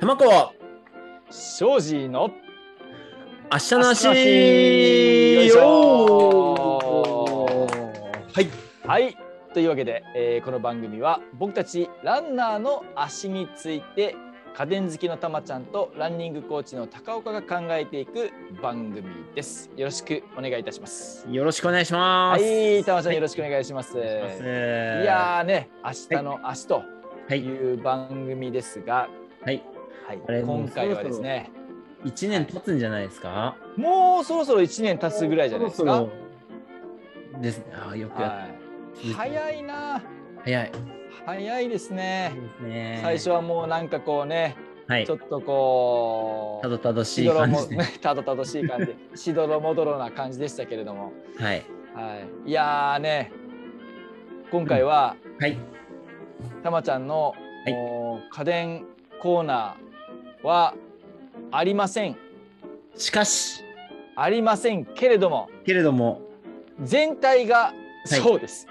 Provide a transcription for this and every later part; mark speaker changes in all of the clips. Speaker 1: 浜川
Speaker 2: 庄司の
Speaker 1: 明日の足
Speaker 2: 明日の足よいしょ
Speaker 1: はい
Speaker 2: はいというわけで、えーこの番組は僕たちランナーの足について家電好きのたまちゃんとランニングコーチの高岡が考えていく番組ですよろしくお願いいたします
Speaker 1: よろしくお願いしま
Speaker 2: は
Speaker 1: す
Speaker 2: いたまちゃんよろ
Speaker 1: し
Speaker 2: しくお願いします、
Speaker 1: く
Speaker 2: い、
Speaker 1: い
Speaker 2: やーね明日の明日
Speaker 1: は
Speaker 2: と
Speaker 1: い
Speaker 2: いう番組ですが、
Speaker 1: はい
Speaker 2: はい
Speaker 1: あれもう
Speaker 2: 今回はですね
Speaker 1: 一年経つんじゃないですか
Speaker 2: もうそろそろ1年経つぐらいじゃないですか
Speaker 1: そろそろですねあーよくやっ
Speaker 2: はい、早いな
Speaker 1: 早い
Speaker 2: 早いですね
Speaker 1: ですね
Speaker 2: 最初はもうなんかこうね、
Speaker 1: はい
Speaker 2: ちょっとこ
Speaker 1: た
Speaker 2: う
Speaker 1: どたどし
Speaker 2: し
Speaker 1: い
Speaker 2: どろ
Speaker 1: 感
Speaker 2: も
Speaker 1: じで
Speaker 2: たどたどしい感じしどろもどろな感じでしたけれども、
Speaker 1: はい
Speaker 2: はい、いやーね今回は
Speaker 1: はい
Speaker 2: たまちゃんの、
Speaker 1: はい
Speaker 2: おー家電コーナーはありません
Speaker 1: しかし
Speaker 2: ありませんけれども
Speaker 1: けれども
Speaker 2: 全体がそうです、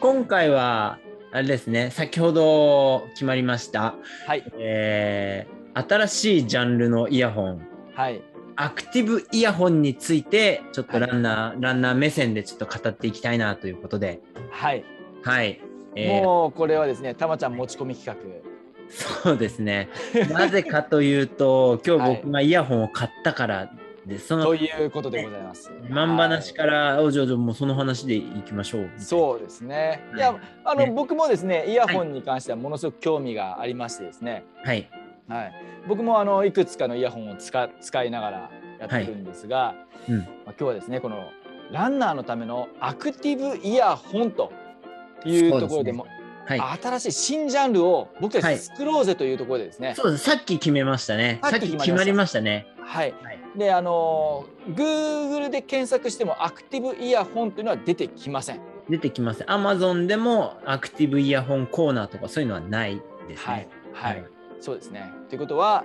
Speaker 1: 今回はあれですね先ほど決まりました、
Speaker 2: はい
Speaker 1: えー新しいジャンルのイヤホン
Speaker 2: はい
Speaker 1: アクティブイヤホンについてちょっと
Speaker 2: はい
Speaker 1: ランナー、ランナー目線でちょっと語っていきたいなということで
Speaker 2: はい、
Speaker 1: はい、えー
Speaker 2: もうこれはですねたまちゃん持ち込み企
Speaker 1: そうですねなぜかという と今
Speaker 2: は
Speaker 1: 日
Speaker 2: い
Speaker 1: 僕がイヤホンを買ったからでそ
Speaker 2: 画と
Speaker 1: の
Speaker 2: いうことでございます。
Speaker 1: 自慢話
Speaker 2: ら
Speaker 1: からお嬢々もうその話でいきましょう
Speaker 2: そうですね。い
Speaker 1: は
Speaker 2: や
Speaker 1: い、
Speaker 2: あ
Speaker 1: ね
Speaker 2: の、僕もですね、イヤホンに関してはものすごく興味がありましてですね。
Speaker 1: はい
Speaker 2: はい。僕もあの、いくつかのイヤホンを使、使いながらやってるんですが。
Speaker 1: うん
Speaker 2: まあ、今日はですね、このランナーのためのアクティブイヤホンと。いうところでも、
Speaker 1: はい
Speaker 2: 新しい新ジャンルを僕た
Speaker 1: はい
Speaker 2: ち作ろうぜというところでですね。
Speaker 1: そうです。さっき決めましたね。さ
Speaker 2: さ
Speaker 1: っ
Speaker 2: っ
Speaker 1: き
Speaker 2: き
Speaker 1: 決
Speaker 2: 決
Speaker 1: ま
Speaker 2: ま
Speaker 1: り
Speaker 2: り
Speaker 1: ま
Speaker 2: ま
Speaker 1: したね。
Speaker 2: はい。
Speaker 1: はい
Speaker 2: で、あのー、Google で検索してもアクティブイヤホンというのは出てきません。
Speaker 1: 出てきます。Amazon でもアクティブイヤホンコーナーとかそういうのはないです
Speaker 2: はい
Speaker 1: ね。。
Speaker 2: はい。そうですね。ということは、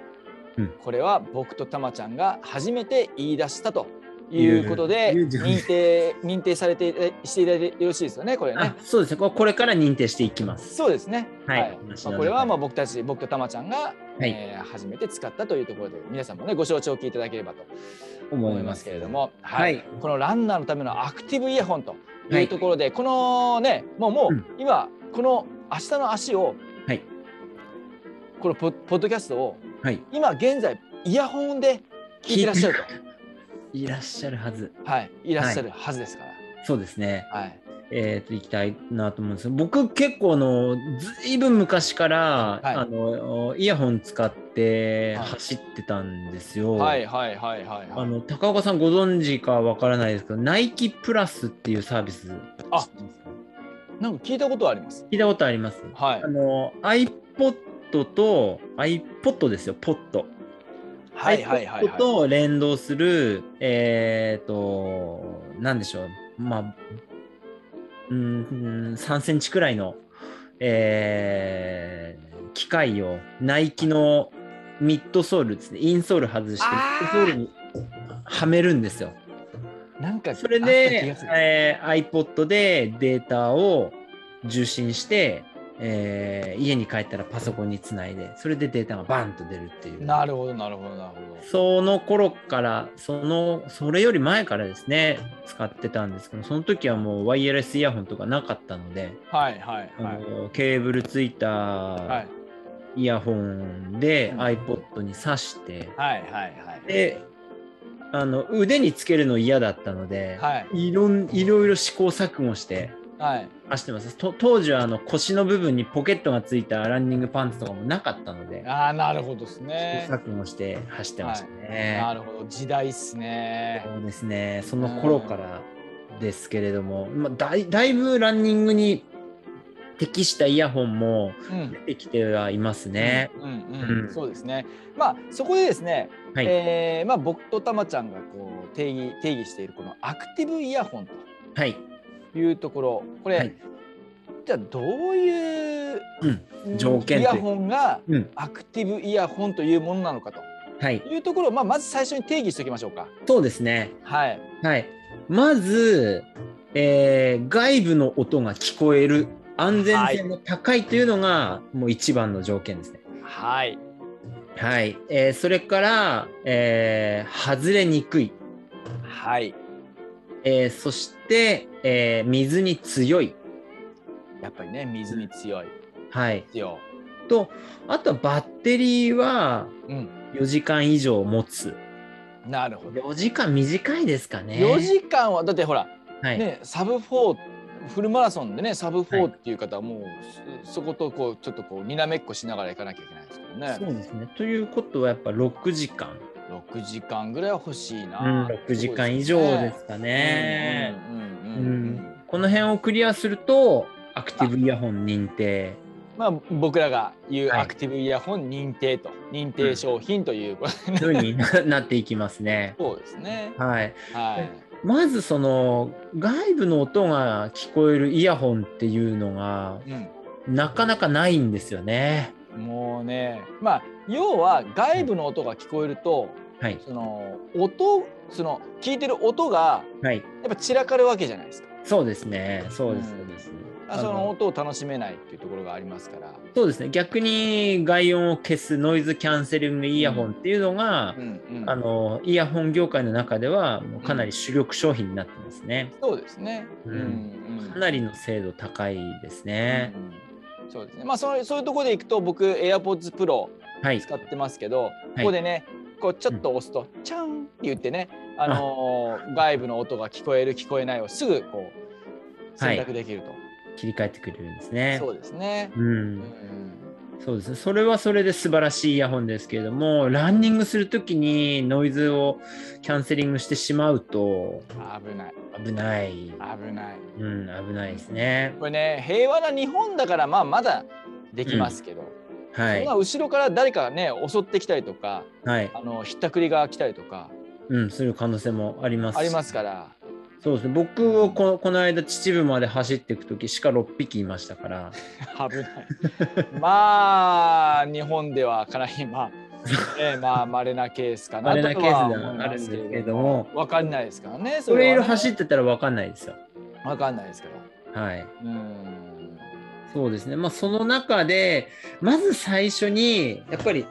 Speaker 1: うん
Speaker 2: これは僕とたまちゃんが初めて言い出したということで
Speaker 1: いういう自分
Speaker 2: 認定認定されていたしていただいてよろしいですよねこれね
Speaker 1: あ。、そうですね。これこれから認定していきます。
Speaker 2: そうですね。
Speaker 1: はい
Speaker 2: ま
Speaker 1: 私の中
Speaker 2: あ
Speaker 1: で
Speaker 2: これはまあ僕たち僕とたまちゃんが、
Speaker 1: はい
Speaker 2: えー初めて使ったというところで皆さんもねご承知おきいただければと思いますけれど。も、はい
Speaker 1: はい
Speaker 2: このランナーのためのアクティブイヤホンというところで、このねもうも
Speaker 1: うん
Speaker 2: う今この明日の足を
Speaker 1: はい。
Speaker 2: このポポッドキャストを
Speaker 1: はい。
Speaker 2: 今現在イヤホンで聞いてらっしゃると。
Speaker 1: いらっしゃるはず。
Speaker 2: はい、いらっしゃるはずですから。
Speaker 1: そうですね。
Speaker 2: はい。
Speaker 1: えっ、と、行きたいなと思うんですけど、僕結構あの、ずいぶん昔から、
Speaker 2: はい
Speaker 1: あの、イヤホン使って
Speaker 2: はい
Speaker 1: 走ってたんですよ。
Speaker 2: はい、はい、はい、はい。
Speaker 1: あの高岡さんご存知かわからないですけど、ナイキプラスっていうサービス、
Speaker 2: あ
Speaker 1: 知ってますか
Speaker 2: なんか聞いたことはあります。
Speaker 1: 聞いたことあります
Speaker 2: はい
Speaker 1: あ。の iPod と iPod ですよ、ポット。
Speaker 2: はい、はい、はい。
Speaker 1: iPod と連動する、えっ、と、なんでしょう、まあ、うーん、3センチくらいの、えー機械を、ナイキのミッドソールですね、インソール外して、ミ
Speaker 2: あ
Speaker 1: ッド
Speaker 2: ー
Speaker 1: ソールにはめるんですよ。
Speaker 2: なんか。
Speaker 1: それ
Speaker 2: あっ
Speaker 1: で
Speaker 2: た気がす、る
Speaker 1: えー iPod でデータを受信して、えー家に帰ったらパソコンにつないでそれでデータがバンと出るっていう
Speaker 2: なるほど、なるほど、なるほど。
Speaker 1: その頃からそのそれより前からですね使ってたんですけどその時はもうワイヤレスイヤホンとかなかったので、
Speaker 2: はい、はい、
Speaker 1: あ
Speaker 2: はい。
Speaker 1: のケーブルつい
Speaker 2: は
Speaker 1: た
Speaker 2: い、
Speaker 1: イヤホンで
Speaker 2: うん
Speaker 1: iPod に挿して、
Speaker 2: はい、はい、はい。
Speaker 1: であの腕につけるの嫌だったので、
Speaker 2: はい、
Speaker 1: いろんいろいろ試行錯誤して
Speaker 2: はい。
Speaker 1: 走ってますと当時はあの腰の部分にポケットがついたランニングパンツとかもなかったので
Speaker 2: ああ、なるほどですね
Speaker 1: 試。行錯誤して走ってましたね、
Speaker 2: なるほど、時代っすね。
Speaker 1: そうですねその頃からですけれども、まあ、だいだいぶランニングに適したイヤホンも
Speaker 2: う
Speaker 1: 出
Speaker 2: ん。
Speaker 1: てきてはいますね、
Speaker 2: うん、
Speaker 1: う
Speaker 2: うんん、そうですね。まあ、そこでですね。
Speaker 1: はい
Speaker 2: えーまあ、僕とたまちゃんがこう定義、定義しているこのアクティブイヤホンと。
Speaker 1: はい
Speaker 2: いうところこれ、
Speaker 1: はい
Speaker 2: じゃあどういう、
Speaker 1: うん条件という
Speaker 2: イヤホンが
Speaker 1: うん
Speaker 2: アクティブイヤホンというものなのか
Speaker 1: はい
Speaker 2: というところを、まあ、まず最初に定義しておきましょうか。
Speaker 1: そうですね
Speaker 2: はい、
Speaker 1: はいまず、えー外部の音が聞こえる安全性の高いというのがもう一番の条件ですね
Speaker 2: はい
Speaker 1: はい。えーそれから、えー外れにくい。
Speaker 2: はい。
Speaker 1: えーそして、えー水に強い。
Speaker 2: やっぱりね、水に強い。
Speaker 1: はい。
Speaker 2: 強。
Speaker 1: と、あとはバッテリーは
Speaker 2: うん。
Speaker 1: 4時間以上持つ。
Speaker 2: なるほど。
Speaker 1: 4時間短いですかね。
Speaker 2: 4時間はだってほら、
Speaker 1: はい、
Speaker 2: ね、サブ4フルマラソンでねサブ
Speaker 1: は
Speaker 2: 4
Speaker 1: い
Speaker 2: っていう方はもう、そそことこうちょっとこうにらめっこしながら行かなきゃいけないですけどね
Speaker 1: そうですね。ということはやっぱ6時間。
Speaker 2: 6時間ぐらいは欲しい
Speaker 1: うん、
Speaker 2: な、
Speaker 1: 6時間以上ですかね。
Speaker 2: うんうん
Speaker 1: う
Speaker 2: うんうん
Speaker 1: んこの辺をクリアすると、アクティブイヤホン認定。
Speaker 2: まあ僕らが言う
Speaker 1: はい
Speaker 2: アクティブイヤホン認定と、認定商品ということ
Speaker 1: というふうに ななっていきますね。
Speaker 2: そうですね
Speaker 1: はい。
Speaker 2: はい
Speaker 1: まずその外部の音が聞こえるイヤホンっていうのが、なかなかないんですよね。
Speaker 2: うん、もうねまあ要は外部の音が聞こえると
Speaker 1: はい。
Speaker 2: その音その聞いてる音が
Speaker 1: はい。
Speaker 2: やっぱ散らかるわけじゃないですか。
Speaker 1: そうですね。そうです。そうです。
Speaker 2: あその音を楽しめないっていうところがありますから、
Speaker 1: そうですね。逆に外音を消すノイズキャンセリングイヤホンっていうのが、
Speaker 2: うんうん
Speaker 1: あのイヤホン業界の中ではもうかなり主力商品になってますね。
Speaker 2: そうですね、
Speaker 1: うん
Speaker 2: うん
Speaker 1: かなりの精度高いですね。
Speaker 2: うんそうですねまあそのそういうところでいくと僕 AirPods Pro
Speaker 1: はい。
Speaker 2: 使ってますけど、ここでねこうちょっと押すと、チャンって言ってね、あのー外部の音が聞こえる聞こえないをすぐこう
Speaker 1: は
Speaker 2: 選
Speaker 1: い
Speaker 2: 択できると、
Speaker 1: 切り替えてくれるんですね。
Speaker 2: そうですね、
Speaker 1: う
Speaker 2: うん
Speaker 1: ん、そうですね。それはそれで素晴らしいイヤホンですけれども、ランニングするときにノイズをキャンセリングしてしまうと
Speaker 2: 危ない
Speaker 1: 危ない。
Speaker 2: 危ない
Speaker 1: うん、危ないですね。
Speaker 2: これね平和な日本だからまあまだできますけど、
Speaker 1: は
Speaker 2: そん
Speaker 1: い
Speaker 2: な。後ろから誰かがね襲ってきたりとか
Speaker 1: はい。
Speaker 2: あのひったくりが来たりとか
Speaker 1: うん、する可能性もあります。
Speaker 2: ありますから
Speaker 1: そうですね。僕をここの間秩父まで走っていくとき鹿6匹いましたから。
Speaker 2: 危ないまあ日本ではかなりまあ、 えまあ稀なケースかな
Speaker 1: 稀な
Speaker 2: とは
Speaker 1: ケースでは
Speaker 2: 思います
Speaker 1: あるんですけども
Speaker 2: わかんないですからね
Speaker 1: トレイル
Speaker 2: はね
Speaker 1: 走ってたら分かんないですよ。
Speaker 2: わかんないですけど
Speaker 1: はい。
Speaker 2: うーん
Speaker 1: そうですね。まあ、その中で、まず最初に、やっぱり、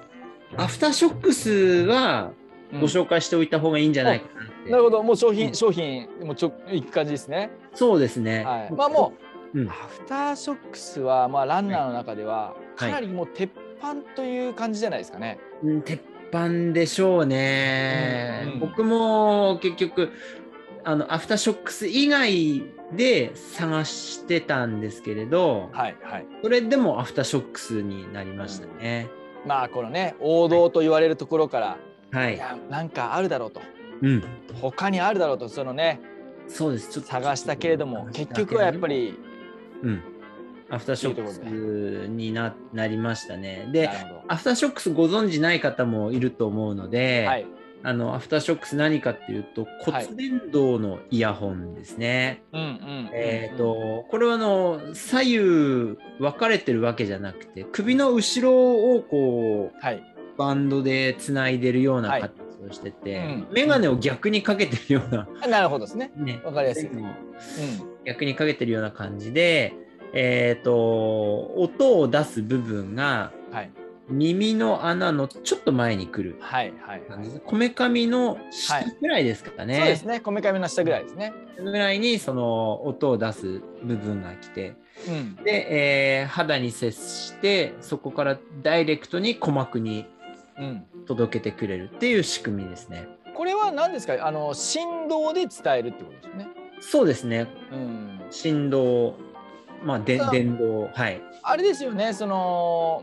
Speaker 1: アフターショックスはご紹介しておいた方がいいんじゃないかなって。
Speaker 2: なるほどもう商品、
Speaker 1: うん
Speaker 2: 商品もうちょいく感じですね
Speaker 1: そうですね。
Speaker 2: はいまあも
Speaker 1: う
Speaker 2: う、
Speaker 1: ん
Speaker 2: アフターショックスはまあランナーの中では
Speaker 1: は
Speaker 2: か
Speaker 1: い
Speaker 2: なりもう鉄板という感じじゃないですかね、
Speaker 1: うん鉄板でしょうね。
Speaker 2: うんうん
Speaker 1: 僕も結局、あの、アフターショックス以外で探してたんですけれど、
Speaker 2: はいはい
Speaker 1: それでもアフターショックスになりましたね。
Speaker 2: まあこのね王道と言われるところから、、
Speaker 1: はいい。
Speaker 2: やなんかあるだろうと
Speaker 1: うん。
Speaker 2: 他にあるだろうとそのね
Speaker 1: そうです。ちょっと
Speaker 2: 探したけれども
Speaker 1: 探した
Speaker 2: 結局はやっぱ
Speaker 1: けれども
Speaker 2: り
Speaker 1: うん。アフターショックスにななりましたね。で
Speaker 2: な、るほど
Speaker 1: アフターショックスご存知ない方もいると思うので、
Speaker 2: はい
Speaker 1: あのアフターショックス何かっていうと
Speaker 2: はい
Speaker 1: 骨伝導のイヤホンですね。
Speaker 2: うんうん
Speaker 1: えっ、とこれはあの左右分かれてるわけじゃなくて首の後ろをこう
Speaker 2: はい
Speaker 1: バンドでつないでるような
Speaker 2: はい
Speaker 1: 形をしてて、
Speaker 2: うん
Speaker 1: メガネを逆にかけてるような、
Speaker 2: あなるほどですね
Speaker 1: ね、
Speaker 2: わかりやすい
Speaker 1: でも
Speaker 2: うん
Speaker 1: 逆にかけてるような感じで、えー、と音を出す部分が
Speaker 2: はい
Speaker 1: 耳の穴のちょっと前に来る
Speaker 2: はいはいは
Speaker 1: 感
Speaker 2: い、
Speaker 1: じですこめかみの下ぐらいですかね、
Speaker 2: そうですねこめかみの下ぐらいですね
Speaker 1: ぐらいにその音を出す部分が来て
Speaker 2: うん
Speaker 1: で、えー肌に接してそこからダイレクトに鼓膜に
Speaker 2: うん
Speaker 1: 届けてくれるっていう仕組みですね。
Speaker 2: これは何ですかあの振動で伝えるってことですよね
Speaker 1: そうですね
Speaker 2: うん
Speaker 1: 振動まあで
Speaker 2: さあ
Speaker 1: 電動はい
Speaker 2: あれですよねその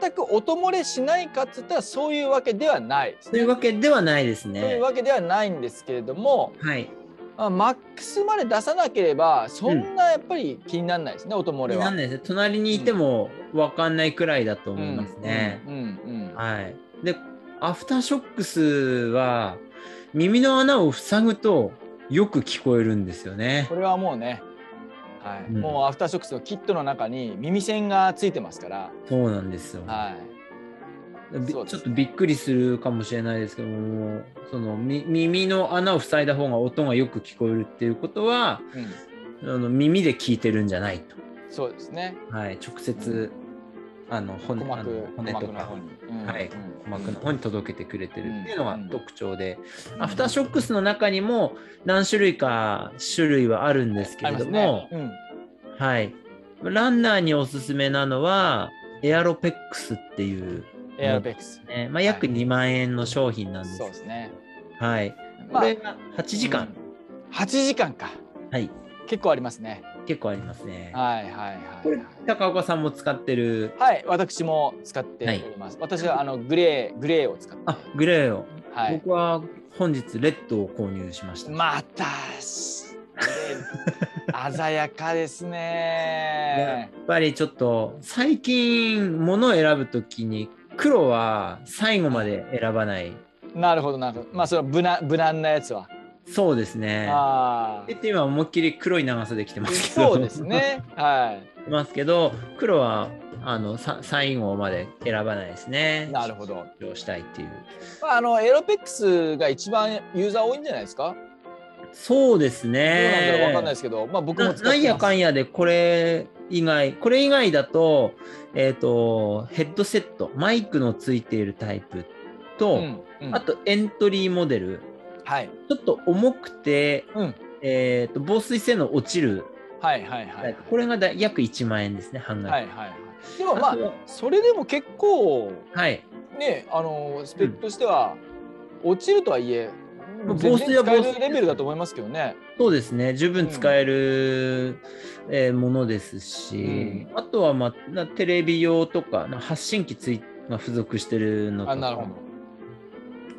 Speaker 2: 全く音漏れしないかっつったらそういうわけではないです
Speaker 1: と
Speaker 2: ね
Speaker 1: いうわけではないですね。
Speaker 2: そういうわけではないんですけれども、
Speaker 1: はい、
Speaker 2: まあ、マックスまで出さなければそんなやっぱり気にならないですね、音漏れは
Speaker 1: なん。ですね隣にいても分かんないくらいだと思いますね。
Speaker 2: うんうんうん
Speaker 1: はい、でアフターショックスは耳の穴を塞ぐとよく聞こえるんですよね
Speaker 2: こ。れはもうね、はい
Speaker 1: うん
Speaker 2: もうアフターショックスのキットの中に耳栓がついてますから、
Speaker 1: そうなんですよ、
Speaker 2: はい、
Speaker 1: び
Speaker 2: そうで
Speaker 1: ちょ
Speaker 2: すね
Speaker 1: っとびっくりするかもしれないですけどもそのみ耳の穴を塞いだ方が音がよく聞こえるっていうことは
Speaker 2: うん、
Speaker 1: あの耳で聞いてるんじゃないと、
Speaker 2: そうですね。
Speaker 1: はい、直接あの骨
Speaker 2: 鼓
Speaker 1: あ
Speaker 2: 膜
Speaker 1: の骨と
Speaker 2: 鼓膜の
Speaker 1: か
Speaker 2: 方に、うん
Speaker 1: はい
Speaker 2: うん
Speaker 1: 鼓膜の方に届けてくれてるっていうのが特徴で、
Speaker 2: うん
Speaker 1: アフターショックスの中にも何種類か種類はあるんですけ
Speaker 2: あ
Speaker 1: れ
Speaker 2: りま
Speaker 1: ど
Speaker 2: す
Speaker 1: も、
Speaker 2: ね、うん
Speaker 1: はい、ランナーにおすすめなのはエアロペックスっていう、
Speaker 2: エアロペックス、
Speaker 1: ねまあ、約
Speaker 2: はい
Speaker 1: 2万円の商品なんです
Speaker 2: そうですね
Speaker 1: はい、
Speaker 2: まあ
Speaker 1: これが8時間、、
Speaker 2: うん、8時間か
Speaker 1: はい、
Speaker 2: 結構ありますね
Speaker 1: 結構ありますね。
Speaker 2: はいはいはいはい
Speaker 1: これ高岡さんも使ってる
Speaker 2: はい私も使っております、私はあのグレーグレーを使って
Speaker 1: あグレーを、
Speaker 2: はい
Speaker 1: 僕は本日レッドを購入しました。
Speaker 2: またしグ レー鮮やかです
Speaker 1: やっ
Speaker 2: ね
Speaker 1: ぱりちょっと最近物を選ぶときに黒は最後まで選ばない
Speaker 2: なるほどなるほどまあその無難無難なやつは、
Speaker 1: そうですね
Speaker 2: ああ
Speaker 1: えっと今思いっきり黒い長さできてますけど
Speaker 2: そ うですねは
Speaker 1: ますけど黒はあのさ最後まで選ばないですね
Speaker 2: いなるほど、
Speaker 1: どしたいっていう
Speaker 2: まあ、あのエロペックスが一番ユーザー多いんじゃないですか
Speaker 1: そうです
Speaker 2: どうなんだろうわ
Speaker 1: ね
Speaker 2: かんないですけど、まあ僕も
Speaker 1: な
Speaker 2: 使ってます
Speaker 1: なんやかんやでこれ以外これ以外だとえっ、とヘッドセットマイクのついているタイプと、
Speaker 2: うんうん
Speaker 1: あとエントリーモデル
Speaker 2: はい、
Speaker 1: ちょっと重くて、
Speaker 2: うん
Speaker 1: えー、と防水性能落ちる
Speaker 2: はいはいはい
Speaker 1: タイプ、これがだ約1万円ですね、半額。、
Speaker 2: はいいはいはいでもまあ
Speaker 1: あと
Speaker 2: それでも結構
Speaker 1: はい、
Speaker 2: ねあのスペックとしては落ちるとはいえ、
Speaker 1: まあ
Speaker 2: 全
Speaker 1: 防水は
Speaker 2: 然使え
Speaker 1: 防
Speaker 2: る
Speaker 1: 水
Speaker 2: レベルだと思いますけどね。
Speaker 1: そうですね、十分使える、えーものですし、あとは、まあ、なテレビ用とか、な発信機ついが付属してるのとか
Speaker 2: あなるほど。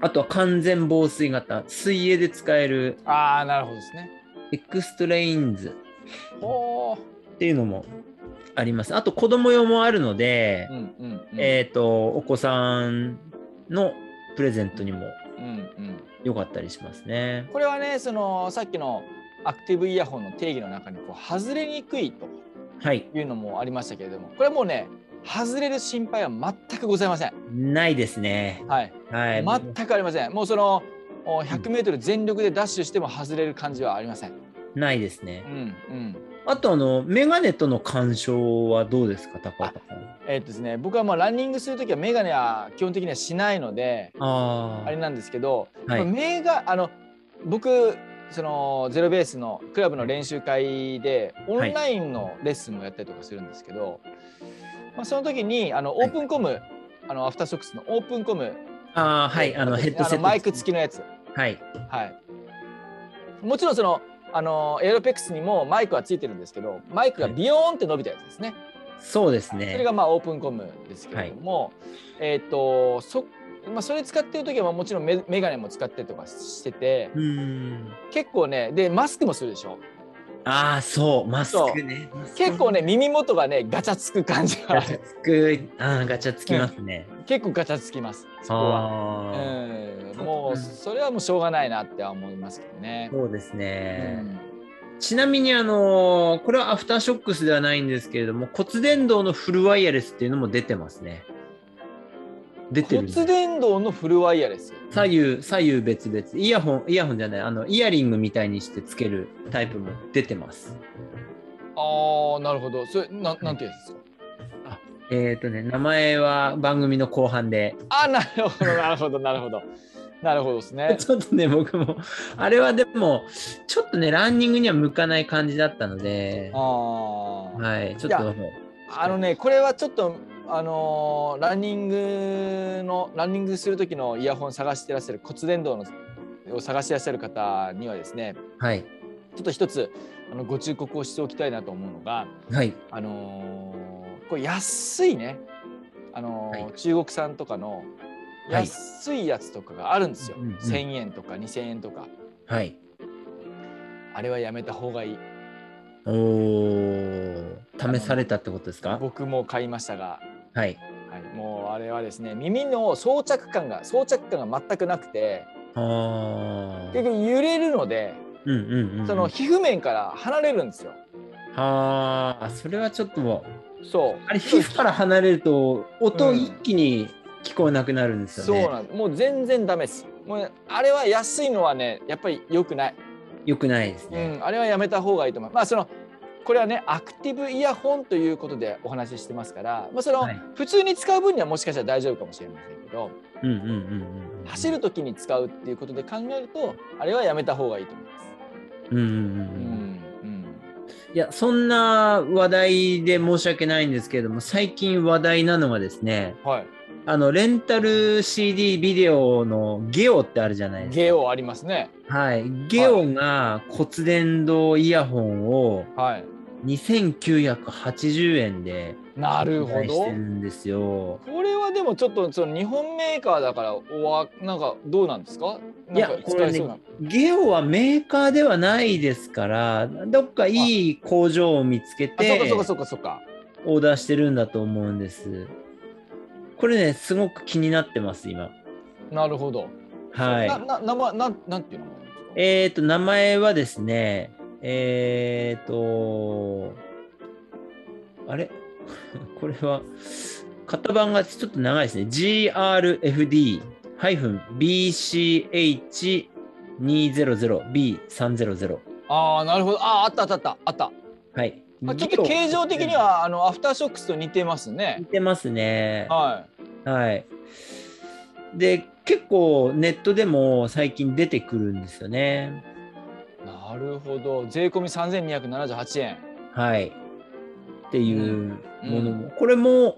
Speaker 1: あとは完全防水型、水泳で使える
Speaker 2: ああなるほどですね。
Speaker 1: エクストレインズ
Speaker 2: ほ
Speaker 1: っていうのもあります。あと、子供用もあるので、
Speaker 2: う。うんうんうん。
Speaker 1: えっ、と、お子さんのプレゼントにも
Speaker 2: うんうん。
Speaker 1: 良かったりしますね。
Speaker 2: これはねそのさっきのアクティブイヤホンの定義の中にこう外れにくいと
Speaker 1: はい、
Speaker 2: いうのもありましたけれどもこれはもうね外れる心配は全くございません。
Speaker 1: ないですね。
Speaker 2: はい。
Speaker 1: はい。
Speaker 2: 全くありません。もうそのお 100m 全力でダッシュしても外れる感じはありません。
Speaker 1: ないです
Speaker 2: う
Speaker 1: ね。
Speaker 2: んうん。
Speaker 1: あと、あの、メガネとの干渉はどうですか、高岡さん。あ
Speaker 2: えーっとですね、僕はまあランニングするときはメガネは基本的にはしないので
Speaker 1: あ
Speaker 2: あれなんですけど、
Speaker 1: はい
Speaker 2: メガあの僕そのゼロベースのクラブの練習会でオンラインのレッスンもやったりとかするんですけど、まあ、その時にあのオ
Speaker 1: はい
Speaker 2: ープンコム、あのアフターソックスのオープンコム
Speaker 1: あー、はい。あの、ヘッドセット。
Speaker 2: マイク付きのやつ、
Speaker 1: はい。
Speaker 2: はい、もちろんそのあのエアロペックスにもマイクは付いてるんですけどマイクがビヨーンって伸びたやつですね。
Speaker 1: そうです
Speaker 2: それ
Speaker 1: ね。
Speaker 2: がまあオープンコムですけれども、えっ、とそまあそれ使ってる時はもちろんメメガネも使ってとかしてて
Speaker 1: うーん。
Speaker 2: 結構ねでマスクもするでしょ
Speaker 1: ああ、そう、マスクね。
Speaker 2: 結 構ね耳元がねガチャつく感じ
Speaker 1: ガ
Speaker 2: が
Speaker 1: チャつく、ああ、ガチャつきますね。
Speaker 2: 結構ガチャつきますそこは。う
Speaker 1: ああ、
Speaker 2: んもうそれはもうしょうがないなっては思いますけどね。
Speaker 1: そうです
Speaker 2: う
Speaker 1: ね。
Speaker 2: ん
Speaker 1: ちなみに、あのーこれはアフターショックスではないんですけれども、骨伝導のフルワイヤレスっていうのも出てますね。出てるんです
Speaker 2: 骨伝導のフルワイヤレス。
Speaker 1: 左右、左右別々。イヤホン、イヤホンじゃない、あの、イヤリングみたいにしてつけるタイプも出てます。
Speaker 2: ああなるほど。それなんなんていうんですか。
Speaker 1: えっ、とね、名前は番組の後半で。
Speaker 2: あーなるほどなるほどなるほどなるほどですね。
Speaker 1: ちょっとね、僕も、あれはでも、ちょっとね、ランニングには向かない感じだったので
Speaker 2: あ、あ。
Speaker 1: はい、ちょっ
Speaker 2: い
Speaker 1: と
Speaker 2: や、あのねこれはちょっとあのーランニングのランニングする時のイヤホン探してらっしゃる骨伝導のを探してらっしゃる方にはですね
Speaker 1: はい、
Speaker 2: ちょっと一つあのご忠告をしておきたいなと思うのが
Speaker 1: はい、
Speaker 2: あのーこれ安いねあのー
Speaker 1: は
Speaker 2: 中国産とかの
Speaker 1: はい
Speaker 2: 安いやつとかがあるんですよ、
Speaker 1: うんうん
Speaker 2: 1,000円とか2,000円とか
Speaker 1: はい。
Speaker 2: あれはやめた方がいい
Speaker 1: おー、試されたってことですか
Speaker 2: 僕も買いましたが
Speaker 1: はい。
Speaker 2: はい、もうあれはですね耳の装着感が装着感が全くなくて
Speaker 1: あー
Speaker 2: 結局揺れるので
Speaker 1: うんうんうん。
Speaker 2: その皮膚面から離れるんですよ。
Speaker 1: あーそれはちょっと、
Speaker 2: そう
Speaker 1: あれ皮膚から離れると
Speaker 2: う
Speaker 1: 音
Speaker 2: ん
Speaker 1: 一気に聞こえなくなるんですよ
Speaker 2: そう
Speaker 1: ね。
Speaker 2: なんですもう全然ダメです。もうね、あれは安いのはねやっぱり良くない、
Speaker 1: 良くないです
Speaker 2: う
Speaker 1: ね。
Speaker 2: ん、あれはやめた方がいいと思う。まあそのこれはねアクティブイヤホンということでお話ししてますから、まあ、その
Speaker 1: はい
Speaker 2: 普通に使う分にはもしかしたら大丈夫かもしれませんけど
Speaker 1: うんうんうんうん。
Speaker 2: 走る時に使うっていうことで考えるとあれはやめた方がいいと思います。
Speaker 1: うんうんう
Speaker 2: うん
Speaker 1: うん。
Speaker 2: ん
Speaker 1: いや、そんな話題で申し訳ないんですけれども、最近話題なのはですね、
Speaker 2: はい、
Speaker 1: あの、レンタル CD ビデオのゲオってあるじゃないですか。
Speaker 2: ゲオありますね。
Speaker 1: はい。ゲオが骨伝導イヤホンを
Speaker 2: はい、
Speaker 1: 2980円で
Speaker 2: なるほ
Speaker 1: 販売し
Speaker 2: ど
Speaker 1: てる。んですよ。
Speaker 2: これはでもちょっとその日本メーカーだからおわなんかどうなんですか？
Speaker 1: いや
Speaker 2: なんか使えそうな
Speaker 1: ゲオはメーカーではないですから、どっかいい工場を見つけ
Speaker 2: あ、そうか
Speaker 1: て
Speaker 2: そうかそうかそうか。
Speaker 1: オーダーしてるんだと思うんです。これね、すごく気になってます、今。
Speaker 2: なるほど。
Speaker 1: は。
Speaker 2: ないな名前なんなんていうの？え
Speaker 1: えっ、ー、と、名前はですね、えっ、ー、と、あれ これは、型番がちょっと長いですね。GRFD-BCH200B300。
Speaker 2: ああなるほど。あーあったあったあったあった。
Speaker 1: はい。
Speaker 2: まあ、ちょっと形状的にはあのアフターショックスと似てますね
Speaker 1: 似。てますね。
Speaker 2: は
Speaker 1: はい。で、結構ネットでも最近出てくるんですよね。
Speaker 2: い。なるほど。税込み三千二百七十八円。
Speaker 1: はい。っていうものも、
Speaker 2: う
Speaker 1: これも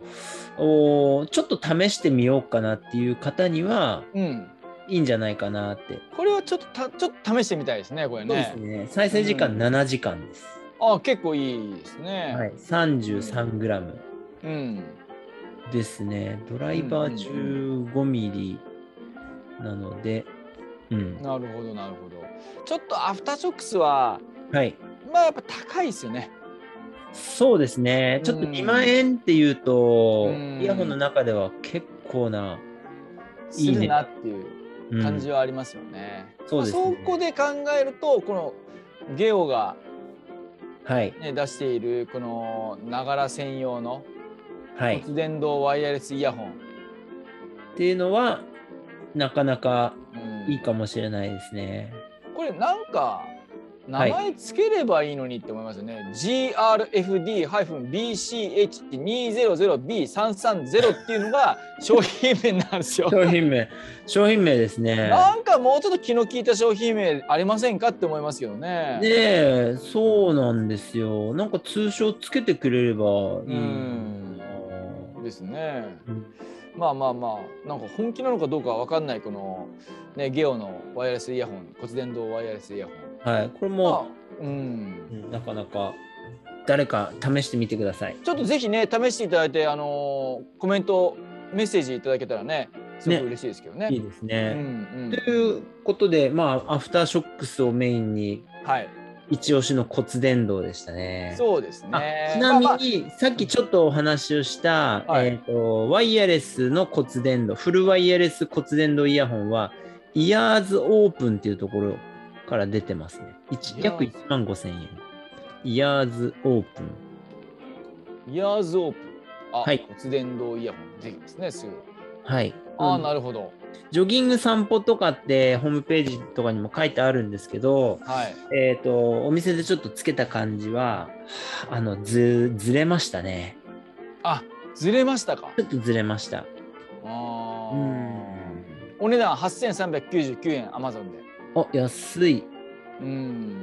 Speaker 1: おーちょっと試してみようかなっていう方には
Speaker 2: うん。
Speaker 1: いいんじゃないかなって。
Speaker 2: これはちょっとたちょっと試してみたいですね。これ
Speaker 1: そうです
Speaker 2: ね。
Speaker 1: ね。再生時
Speaker 2: う
Speaker 1: 間
Speaker 2: ん
Speaker 1: 7時間です。
Speaker 2: あー結構いいですね。
Speaker 1: はい。33g
Speaker 2: うん。
Speaker 1: ですね。ドライバ
Speaker 2: うん
Speaker 1: ー 15mm なので、うん。
Speaker 2: なるほどなるほど。ちょっとアフターショックスは
Speaker 1: はい。
Speaker 2: まあやっぱ高いですよね。
Speaker 1: そうですね、ちょっと
Speaker 2: うん
Speaker 1: 2万円っていうと、
Speaker 2: うん
Speaker 1: イヤホンの中では結構な、
Speaker 2: す
Speaker 1: いいね
Speaker 2: るなっていう
Speaker 1: うん
Speaker 2: 感じはありますよね。
Speaker 1: そうですね
Speaker 2: まあそこで考えるとこのゲオが、
Speaker 1: はい、
Speaker 2: ね、出しているこのながら専用の
Speaker 1: はい。っ
Speaker 2: 骨伝導ワイヤレスイヤホン、
Speaker 1: ていうのは、なかなか
Speaker 2: うん
Speaker 1: いいかもしれないです ね。
Speaker 2: これなんか名
Speaker 1: はい
Speaker 2: 前つければいいのにって思いますよね。GRFD-BCH200B330 っていうのが商品名なん ですよ。
Speaker 1: 商品名、商品名ですね。
Speaker 2: なんかもうちょっと気の利いた商品名ありませんかって思いますけど
Speaker 1: ね
Speaker 2: ね。
Speaker 1: え、そうなんですよ。なんか通称つけてくれればいいな
Speaker 2: ですね。
Speaker 1: うん
Speaker 2: まあまあまあなんか本気なのかどうかは分かんないこの、ね、ゲオのワイヤレスイヤホン骨伝導ワイヤレスイヤホン。
Speaker 1: はい、これ
Speaker 2: まあ
Speaker 1: も、
Speaker 2: うん、
Speaker 1: うんなかなか、誰か試してみてください。
Speaker 2: ちょっとぜひね試していただいて、あのーコメントメッセージいただけたらねすごく
Speaker 1: ね
Speaker 2: 嬉しいですけどね。
Speaker 1: いいです
Speaker 2: うん
Speaker 1: ね。
Speaker 2: うん
Speaker 1: ということで、まあ、アフターショックスをメインに
Speaker 2: はい
Speaker 1: 一押しの骨伝導でしたね。
Speaker 2: そうです
Speaker 1: あ
Speaker 2: ね。
Speaker 1: ちなみ
Speaker 2: まあまあ
Speaker 1: に、さっきちょっとお話をした、
Speaker 2: はい
Speaker 1: えーと、ワイヤレスの骨伝導、フルワイヤレス骨伝導イヤホンは、イヤーズオープンっていうところから出てますね。一
Speaker 2: イヤー
Speaker 1: 約
Speaker 2: ズ
Speaker 1: 1万5千円。イヤーズオープン。
Speaker 2: イヤーズオープンあ、
Speaker 1: はい
Speaker 2: 骨伝導イヤホンできますねすぐ。
Speaker 1: はい。
Speaker 2: ああ、
Speaker 1: うん
Speaker 2: なるほど。
Speaker 1: ジョギング散歩とかって、ホームページとかにも書いてあるんですけど、
Speaker 2: はい。
Speaker 1: えっ、と、お店でちょっとつけた感じは、あの、ず、ずれましたね。
Speaker 2: あずれましたか。
Speaker 1: ちょっとずれました。
Speaker 2: あ
Speaker 1: う
Speaker 2: ー
Speaker 1: ん。
Speaker 2: お値段8399円アマゾンで。
Speaker 1: あ、安い。
Speaker 2: うん。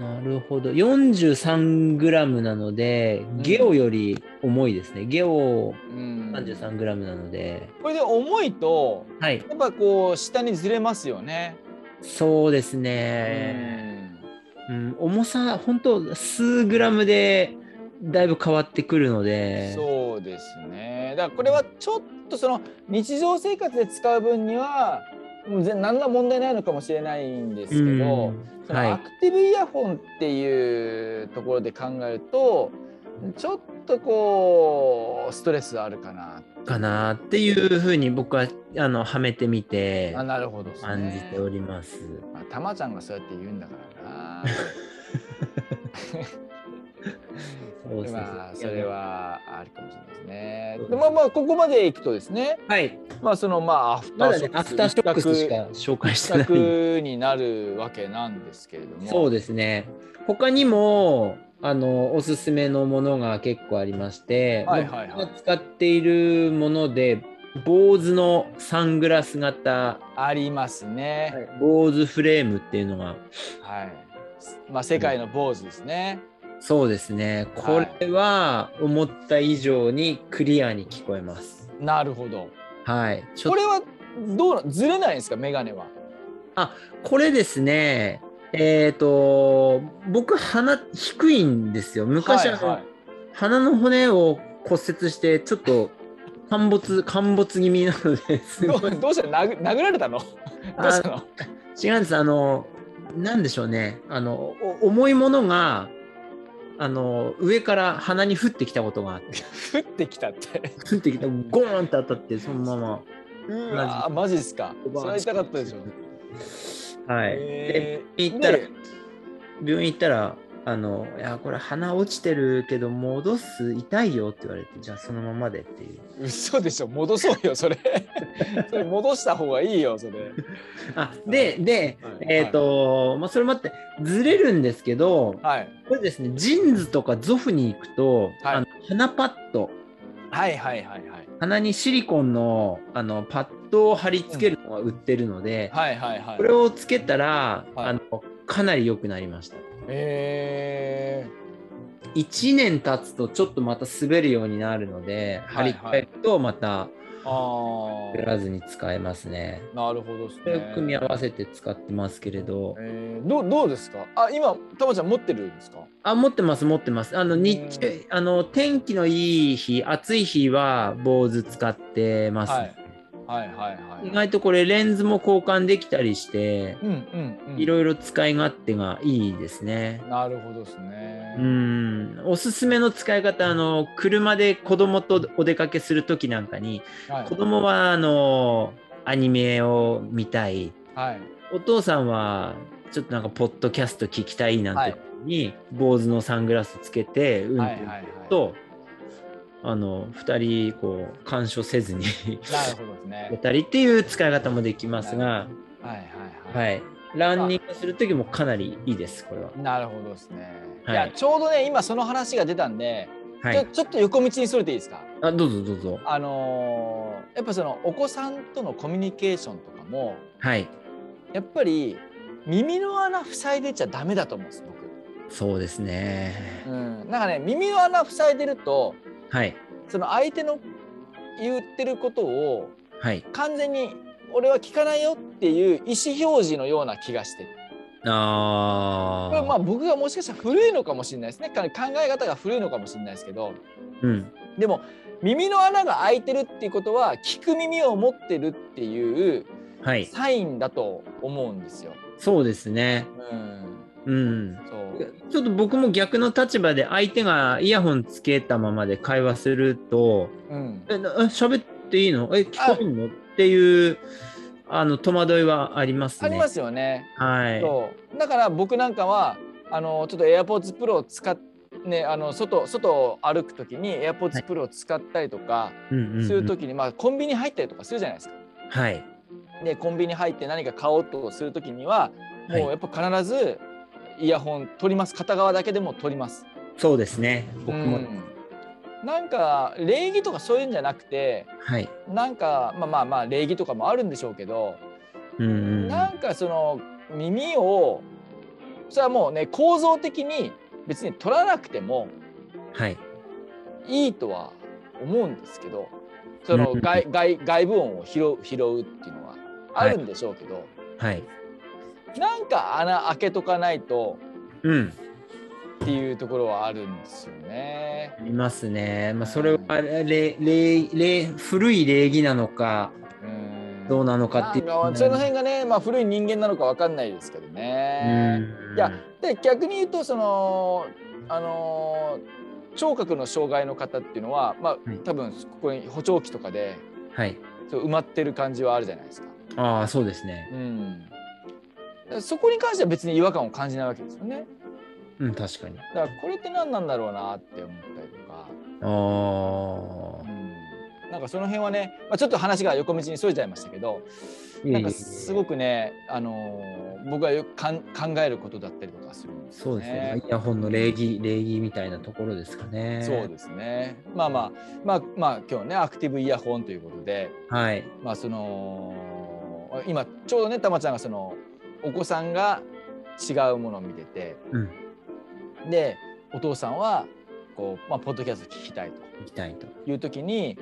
Speaker 1: なるほど。43g なので、ゲオより重いですね。ゲオ
Speaker 2: うん、
Speaker 1: 33g なので。
Speaker 2: これで重いと
Speaker 1: はい。
Speaker 2: やっぱこう下にずれますよね。
Speaker 1: そうですね。うん、重さ、本当数グラムでだいぶ変わってくるの
Speaker 2: うん
Speaker 1: で。
Speaker 2: そうですね。だからこれはちょっとその日常生活で使う分にはもうぜ何ら問題ないのかもしれないんですけど、
Speaker 1: うん
Speaker 2: そ
Speaker 1: は
Speaker 2: のア
Speaker 1: い。
Speaker 2: クティブイヤホンっていうところで考えるとちょっとこうストレスあるかな。
Speaker 1: かなっていうふうに僕は、あの、はめてみて。
Speaker 2: あなるほどですね、
Speaker 1: 感じております。
Speaker 2: まあ、たまちゃんがそうやって言うんだからな。
Speaker 1: そうですね
Speaker 2: まあそれ。はあるかもしれないですね。でまあまあここまでいくとですね、
Speaker 1: はい。
Speaker 2: まあそのまあアフタ
Speaker 1: ま
Speaker 2: ー
Speaker 1: だ
Speaker 2: シ
Speaker 1: ね
Speaker 2: ョッ、ク
Speaker 1: ア
Speaker 2: ス
Speaker 1: フターショックスしか
Speaker 2: 一
Speaker 1: 紹介してない。
Speaker 2: 択になるわけなんですけれども。
Speaker 1: そうですね。他にも、あの、おすすめのものが結構ありまして、
Speaker 2: はいはいはい
Speaker 1: 僕が使っているもので、坊主のサングラス型、
Speaker 2: ありますね。
Speaker 1: 坊主フレームっていうのが、
Speaker 2: はい。まあ世界の坊主ですね。
Speaker 1: そうですね。これは思った以上にクリアに聞こえます。
Speaker 2: なるほど。
Speaker 1: はい。ちょっ
Speaker 2: ことれはどうなずれないんですかメガネは。
Speaker 1: これですね、えっ、と、僕、鼻低いんですよ。昔、あの
Speaker 2: はい
Speaker 1: 鼻の骨を骨折して、ちょっと陥没、陥没気味なので、す
Speaker 2: は
Speaker 1: ご
Speaker 2: い、どう
Speaker 1: い。
Speaker 2: どうした殴殴られたの？どうし
Speaker 1: あ
Speaker 2: たの？
Speaker 1: 違うんです。あの、なんでしょうね。あの、お重いものが、あの、上から鼻に降ってきたことがあって、
Speaker 2: 降ってきたって。
Speaker 1: 降ってきた、ゴーンって当たって、そのまま。
Speaker 2: うわーマジですか。それは痛かったでしょ。
Speaker 1: はい。
Speaker 2: えー
Speaker 1: 病院行ったら
Speaker 2: で、
Speaker 1: 病院行ったら、あの、いや、これ鼻落ちてるけど、戻す、痛いよって言われて、じゃあそのままでっていう。
Speaker 2: 嘘でしょ戻そうよそれ それ戻した方がいいよそれ
Speaker 1: あ、で、で、
Speaker 2: はい
Speaker 1: えっ、と、まあ、それもあって、ずれるんですけど、
Speaker 2: はい
Speaker 1: これですね、ジーンズとかゾフに行くと、あの鼻パッド、
Speaker 2: はいはいはいはい
Speaker 1: 鼻にシリコンのあのパッドを貼り付けるのが売ってるので、
Speaker 2: はいはいはい
Speaker 1: これをつけたら、
Speaker 2: はい
Speaker 1: あの、かなり良くなりました。
Speaker 2: え
Speaker 1: 1年経つとちょっとまた滑るようになるので、貼
Speaker 2: はいは
Speaker 1: り替
Speaker 2: い
Speaker 1: えるとまた
Speaker 2: ー、あ
Speaker 1: 滑らずに使えますね。
Speaker 2: あなるほどです
Speaker 1: それを
Speaker 2: ね
Speaker 1: 組み合わせて使ってますけれど、
Speaker 2: えー、どうどうですかあ今たまちゃん持ってるんですか
Speaker 1: あ持ってます持ってます。あの日
Speaker 2: う
Speaker 1: 中あの天気のいい日、暑い日は坊主使ってます、
Speaker 2: はいはいはいはい
Speaker 1: 意外とこれレンズも交換できたりして、
Speaker 2: うんうん、うん、
Speaker 1: いろいろ使い勝手がいいですね。
Speaker 2: なるほどですね
Speaker 1: う、んおすすめの使い方あの車で子供とお出かけする時なんかに
Speaker 2: はい
Speaker 1: 子供はあのアニメを見たい
Speaker 2: はい
Speaker 1: お父さんはちょっとなんかポッドキャスト聞きたいなん
Speaker 2: はい
Speaker 1: て時に、坊主のサングラスつけて運
Speaker 2: はい
Speaker 1: 転
Speaker 2: はいはい
Speaker 1: と、あの2人こう干渉せずに
Speaker 2: なるほどですね
Speaker 1: やったりっていう使い方もできますが、
Speaker 2: はいはいは
Speaker 1: は
Speaker 2: い、
Speaker 1: い、ランニングする時もかなりいいですこれは。
Speaker 2: なるほどですね、
Speaker 1: はい
Speaker 2: い、やちょうどね今その話が出たんで、
Speaker 1: は
Speaker 2: ちょ
Speaker 1: い、
Speaker 2: ちょっと横道にそれていいですか
Speaker 1: あどうぞどうぞ。
Speaker 2: あのーやっぱそのお子さんとのコミュニケーションとかも
Speaker 1: はい
Speaker 2: やっぱり耳の穴塞いでちゃダメだと思うんです
Speaker 1: そうですね
Speaker 2: 僕。。うん、なんかね耳の穴塞いでると
Speaker 1: はい
Speaker 2: その相手の言ってることを
Speaker 1: はい。
Speaker 2: 完全に俺は聞かないよっていう意思表示のような気がしてて
Speaker 1: あ
Speaker 2: こ
Speaker 1: あ。
Speaker 2: れまあ僕がもしかしたら古いのかもしれないですねか考え方が古いのかもしれないですけど
Speaker 1: うん。
Speaker 2: でも耳の穴が開いてるっていうことは聞く耳を持ってるっていう
Speaker 1: はい。
Speaker 2: サインだと思うんですよ。
Speaker 1: そうですね。
Speaker 2: うん、
Speaker 1: うん。
Speaker 2: そう
Speaker 1: ちょっと僕も逆の立場で相手がイヤホンつけたままで会話すると、
Speaker 2: うん、
Speaker 1: え、なえ喋っていいのえ、聞こえんのっていう、あの、戸惑いはありますね。。
Speaker 2: ありますすよね。
Speaker 1: はい。
Speaker 2: そうだから僕なんかはあのちょっと AirPods Pro を使っね、あの外外を歩く時に AirPods Pro を使ったりとか
Speaker 1: うんうんうん
Speaker 2: する時に、まあ、コンビニ入ったりとかするじゃないですか。
Speaker 1: はい。
Speaker 2: でコンビニ入って何か買おうとする時には
Speaker 1: はい
Speaker 2: もうやっぱ必ずイヤホン取ります片側だけでも取ります。
Speaker 1: そうですね。僕も。
Speaker 2: うんなんか礼儀とかそういうんじゃなくて
Speaker 1: はい。
Speaker 2: なんかまあまあまあ礼儀とかもあるんでしょうけど、
Speaker 1: うんうん。
Speaker 2: なんかその耳をそれはもうね構造的に別に取らなくても
Speaker 1: はい。
Speaker 2: いいとは思うんですけどその
Speaker 1: うん
Speaker 2: 外外外部音を拾う拾うっていうのはあるんでしょうけど、
Speaker 1: はい。
Speaker 2: なんか穴開けとかないと
Speaker 1: うん。
Speaker 2: っていうところはあるんですよね。
Speaker 1: ありますね。まあ、それは、あれ、れ、れ、れ、古い礼儀なのか、
Speaker 2: うん
Speaker 1: どうなのかっていう。
Speaker 2: なんかその辺がね、まあ、古い人間なのかわかんないですけどね。
Speaker 1: うん
Speaker 2: いやで逆に言うとそのあのー聴覚の障害の方っていうのは、まあ
Speaker 1: はい、
Speaker 2: 多分ここに補聴器とかで
Speaker 1: はい。
Speaker 2: そう埋まってる感じはあるじゃないですか。
Speaker 1: ああ、そうですね。
Speaker 2: うん、そこに関しては別に違和感を感じないわけですよね。
Speaker 1: うん、確かに。
Speaker 2: だからこれって何なんだろうなって思ったりとか、
Speaker 1: ああ
Speaker 2: う。ん、なんかその辺はね、まあ、ちょっと話が横道にそれちゃいましたけどなんかすご
Speaker 1: く。
Speaker 2: くね、あのー僕はよくかん考えることだったりとかするんです
Speaker 1: そ
Speaker 2: よ
Speaker 1: うですね。イヤホンの礼儀、礼儀みたいなところですかね。
Speaker 2: そうですね。まあまあまあまあ今日ねアクティブイヤホンということで、
Speaker 1: はい。
Speaker 2: まあその今ちょうどねたまちゃんがそのお子さんが違うものを見てて、
Speaker 1: うん
Speaker 2: でお父さんはこうまあポッドキャスト聞きたいと
Speaker 1: 行きたいと。
Speaker 2: いう時に。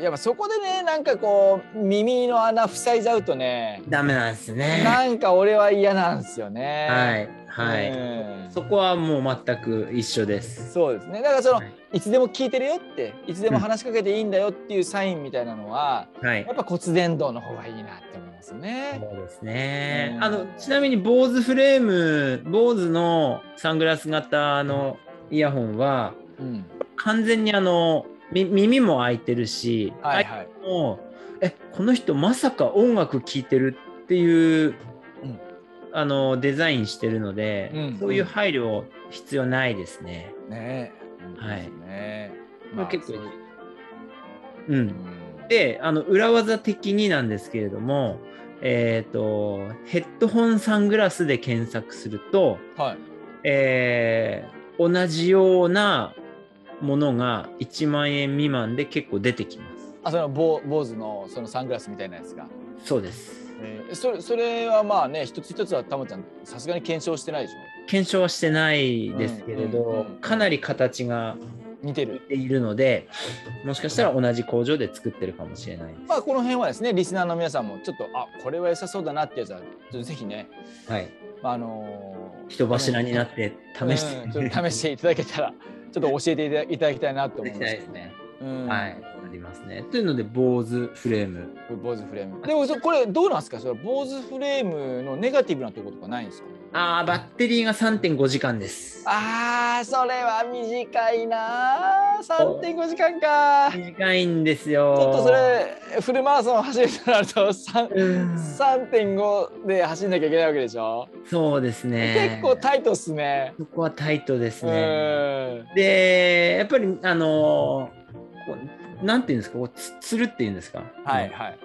Speaker 2: やっぱそこでねなんかこう耳の穴塞いじゃうとね
Speaker 1: ダメなんですね。
Speaker 2: なんか俺は嫌なんですよね。
Speaker 1: はい。はい。
Speaker 2: うん
Speaker 1: そこはもう全く一緒です。
Speaker 2: そうですねだからその
Speaker 1: はい
Speaker 2: いつでも聞いてるよっていつでも話しかけていいんだよっていうサインみたいなのは
Speaker 1: はい
Speaker 2: や。っぱ骨伝導の方がいいなって思いますね。
Speaker 1: そうですね
Speaker 2: う。ん
Speaker 1: あの、ちなみに坊主フレーム、坊主のサングラス型のイヤホンは、
Speaker 2: うん、
Speaker 1: 完全にあの、み耳も開いてるし、
Speaker 2: はいはい。
Speaker 1: 相手もえ、この人まさか音楽聴いてるっていう、
Speaker 2: うん
Speaker 1: あの、デザインしてるので、
Speaker 2: うん
Speaker 1: そういう配慮必要ないですね。
Speaker 2: ねえ。
Speaker 1: はい
Speaker 2: 本当ですね。
Speaker 1: まあ結構
Speaker 2: そう
Speaker 1: う。
Speaker 2: うんん
Speaker 1: で、あの、裏技的になんですけれども、えっ、と、ヘッドホンサングラスで検索すると、
Speaker 2: はい。
Speaker 1: えー同じようなものが1万円未満で結構出てきます。
Speaker 2: あその坊坊主のそのサングラスみたいなやつが。
Speaker 1: そうです。
Speaker 2: えー、それそれはまあね一つ一つはたまちゃんさすがに検証してないでしょ。
Speaker 1: 検証はしてないですけれど、
Speaker 2: うんうんうん
Speaker 1: かなり形が
Speaker 2: 似て
Speaker 1: 似
Speaker 2: る。
Speaker 1: ているので、もしかしたら同じ工場で作ってるかもしれないです。
Speaker 2: まあこの辺はですねリスナーの皆さんもちょっとあこれは良さそうだなってやつはちょっとぜひね、
Speaker 1: はい。
Speaker 2: まあ、あのー
Speaker 1: 人柱になって試して
Speaker 2: うん
Speaker 1: み
Speaker 2: ちょ
Speaker 1: て
Speaker 2: っと試していただけたらちょっと教えていたいただきたいなと思
Speaker 1: い
Speaker 2: い
Speaker 1: た
Speaker 2: ま
Speaker 1: だ
Speaker 2: す
Speaker 1: きたいですね。
Speaker 2: うん
Speaker 1: はい。ありますね。というので、坊主フレーム。
Speaker 2: 坊主フレームでもそこれどうなんですかそれ坊主フレームのネガティブなところとかないんですか
Speaker 1: ああ、バッテリーが3.5時間です。
Speaker 2: あーそれは短いなー3.5時間かち
Speaker 1: 短いんですよ。
Speaker 2: ょっとそれフルマラソン走るとなると3
Speaker 1: うん。
Speaker 2: 3.5で走んなきゃいけないわけでしょ、
Speaker 1: そうですね。
Speaker 2: 結構タイトっすね
Speaker 1: そこはタイトです
Speaker 2: う
Speaker 1: ね。
Speaker 2: ん
Speaker 1: で、やっぱり、あのーこうなんていうんですか、こうつつるっていうんですか。
Speaker 2: はいはい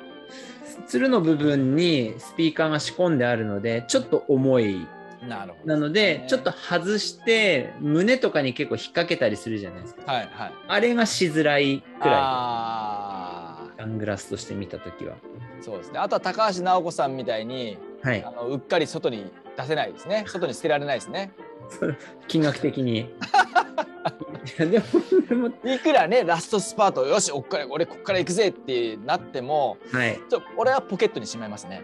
Speaker 1: つつるの部分にスピーカーが仕込んであるので、ちょっと重い。
Speaker 2: なるほど、
Speaker 1: なので、ちょっと
Speaker 2: は
Speaker 1: 外して、胸とかに結構引っ掛けたりするじゃないですか。
Speaker 2: いはい
Speaker 1: あれがしづらいくら
Speaker 2: あ
Speaker 1: い。
Speaker 2: ー
Speaker 1: サングラスとして見たときは。
Speaker 2: そうですね。あとは高橋尚子さんみたいに、
Speaker 1: はい
Speaker 2: あ。のうっかり外に出せないですね。外に捨てられないで すね。
Speaker 1: 金額的に。 いやでも、でも、
Speaker 2: いくらねラストスパートよし、おっか俺こっから行くぜってなっても、
Speaker 1: はい。
Speaker 2: ちょ俺はポケットにしまいま すね。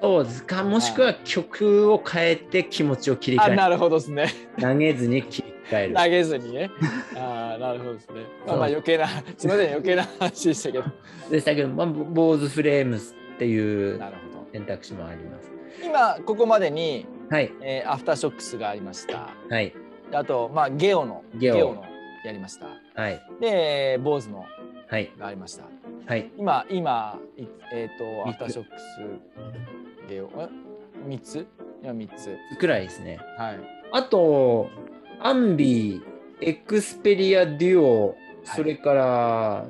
Speaker 1: そうですか。もしくは曲を変えて気持ちを切り
Speaker 2: あ、
Speaker 1: 替え
Speaker 2: なるほどですね。
Speaker 1: る。投げずに切り替える。
Speaker 2: 投げず にね。あー、なるほどですね。まあ、まあ余計な、すみません余計な話 でしたけど。
Speaker 1: でしたけど、まあ、ぼ坊主フレームスっていう
Speaker 2: なるほど。
Speaker 1: 選択肢もあります。
Speaker 2: 今ここまでに、
Speaker 1: はい、
Speaker 2: えーアフターショックスがありました。
Speaker 1: はい、
Speaker 2: であとまあゲオの
Speaker 1: ゲオ
Speaker 2: のやりました。
Speaker 1: はい、
Speaker 2: で坊主の
Speaker 1: はい、
Speaker 2: がありました。
Speaker 1: はい。
Speaker 2: 今今いえっ、とア
Speaker 1: 三つ
Speaker 2: フターショックスゲオえ三つ今三つ
Speaker 1: くらいですね。
Speaker 2: はい
Speaker 1: あと、アンビー、エクスペリアデュオ、それから、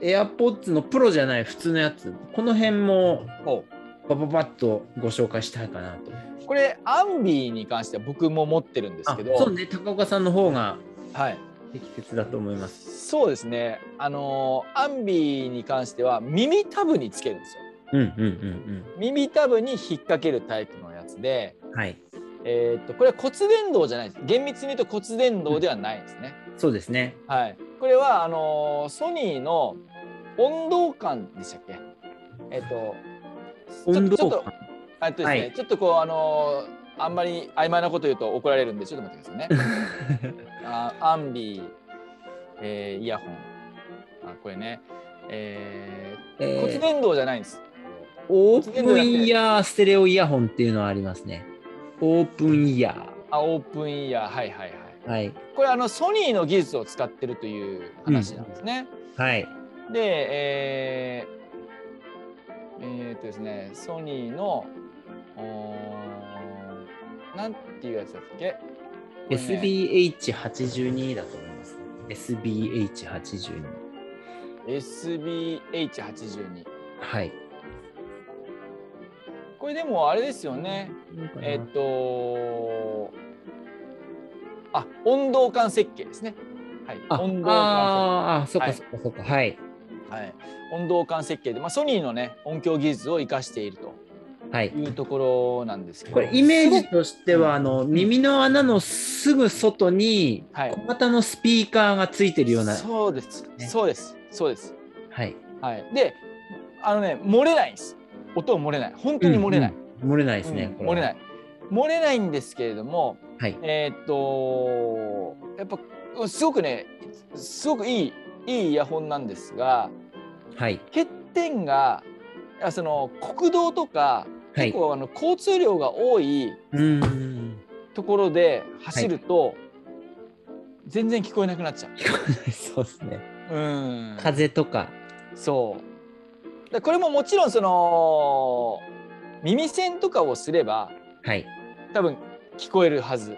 Speaker 1: AirPods のプロじゃない普通のやつ、この辺も
Speaker 2: ほ
Speaker 1: バババッとご紹介したいかなと。
Speaker 2: うこれアンビーに関しては僕も持ってるんです
Speaker 1: あ
Speaker 2: けど
Speaker 1: そうね、高岡さんの方が
Speaker 2: はい
Speaker 1: 適切だと思います。
Speaker 2: そうですねあのーアンビーに関しては耳タブにつけるんですよ
Speaker 1: うんうんうん
Speaker 2: 耳タブに引っ掛けるタイプのやつで
Speaker 1: うん。はい、
Speaker 2: えっ、とこれは骨伝導じゃないです厳密に言うと骨伝導ではないですね、
Speaker 1: そうですね。
Speaker 2: はいこれはあのーソニーの温動感でしたっけえっ、とちょっ
Speaker 1: 温度
Speaker 2: とちょっと
Speaker 1: 感
Speaker 2: あとですね、
Speaker 1: はい
Speaker 2: ちょっとこうあのーあんまり曖昧なこと言うと怒られるんでちょっと待ってくださいね。あアンビー、えーイヤホンあこれね、えー骨
Speaker 1: えー
Speaker 2: 伝導じゃないんです。
Speaker 1: オープンイヤーステレオイヤホンっていうのはありますね。オープンイヤ
Speaker 2: あオープンイヤーはいはいはい。
Speaker 1: ー。はい。
Speaker 2: これあのソニーの技術を使ってるという話なんですね。
Speaker 1: はい。
Speaker 2: でえー、えーっとですねソニーのおーなんていうやつだっけれね
Speaker 1: SBH82 だと思います、SBH82。
Speaker 2: SBH82
Speaker 1: はい。
Speaker 2: これでもあれですよねえっとあ温動感設計ですねはい
Speaker 1: あ
Speaker 2: 温動感
Speaker 1: あーあー、そっ
Speaker 2: は
Speaker 1: か
Speaker 2: い
Speaker 1: そっかそっか。はい。
Speaker 2: 設計はい温動感設計で、まあ、ソニーのね音響技術を生かしていると
Speaker 1: はい。
Speaker 2: いうところなんですけど
Speaker 1: これイメー
Speaker 2: す
Speaker 1: ジとしては、あの耳の穴のすぐ外に
Speaker 2: はい
Speaker 1: 小型のスピーカーがついて
Speaker 2: ご
Speaker 1: る
Speaker 2: い
Speaker 1: ような。
Speaker 2: そうです、
Speaker 1: ね
Speaker 2: そうですそうです
Speaker 1: はい。
Speaker 2: はいであのね漏れないんです音は漏れない本当に漏れない、
Speaker 1: うん。漏れないですね。。
Speaker 2: うん漏れないい漏れないんですけれども
Speaker 1: はい。
Speaker 2: えーっとやっぱうんすごくねすごくいいいいイヤホンなんですが
Speaker 1: はい。
Speaker 2: 欠点があその国道とか
Speaker 1: はい
Speaker 2: 結構あの交通量が多いう
Speaker 1: ーん。
Speaker 2: ところで走ると、全然聞こえなくなっちゃう。
Speaker 1: そうですね。
Speaker 2: うん
Speaker 1: 風とか。
Speaker 2: そうでこれももちろんその耳栓とかをすれば
Speaker 1: はい。
Speaker 2: 多分聞こえるはず。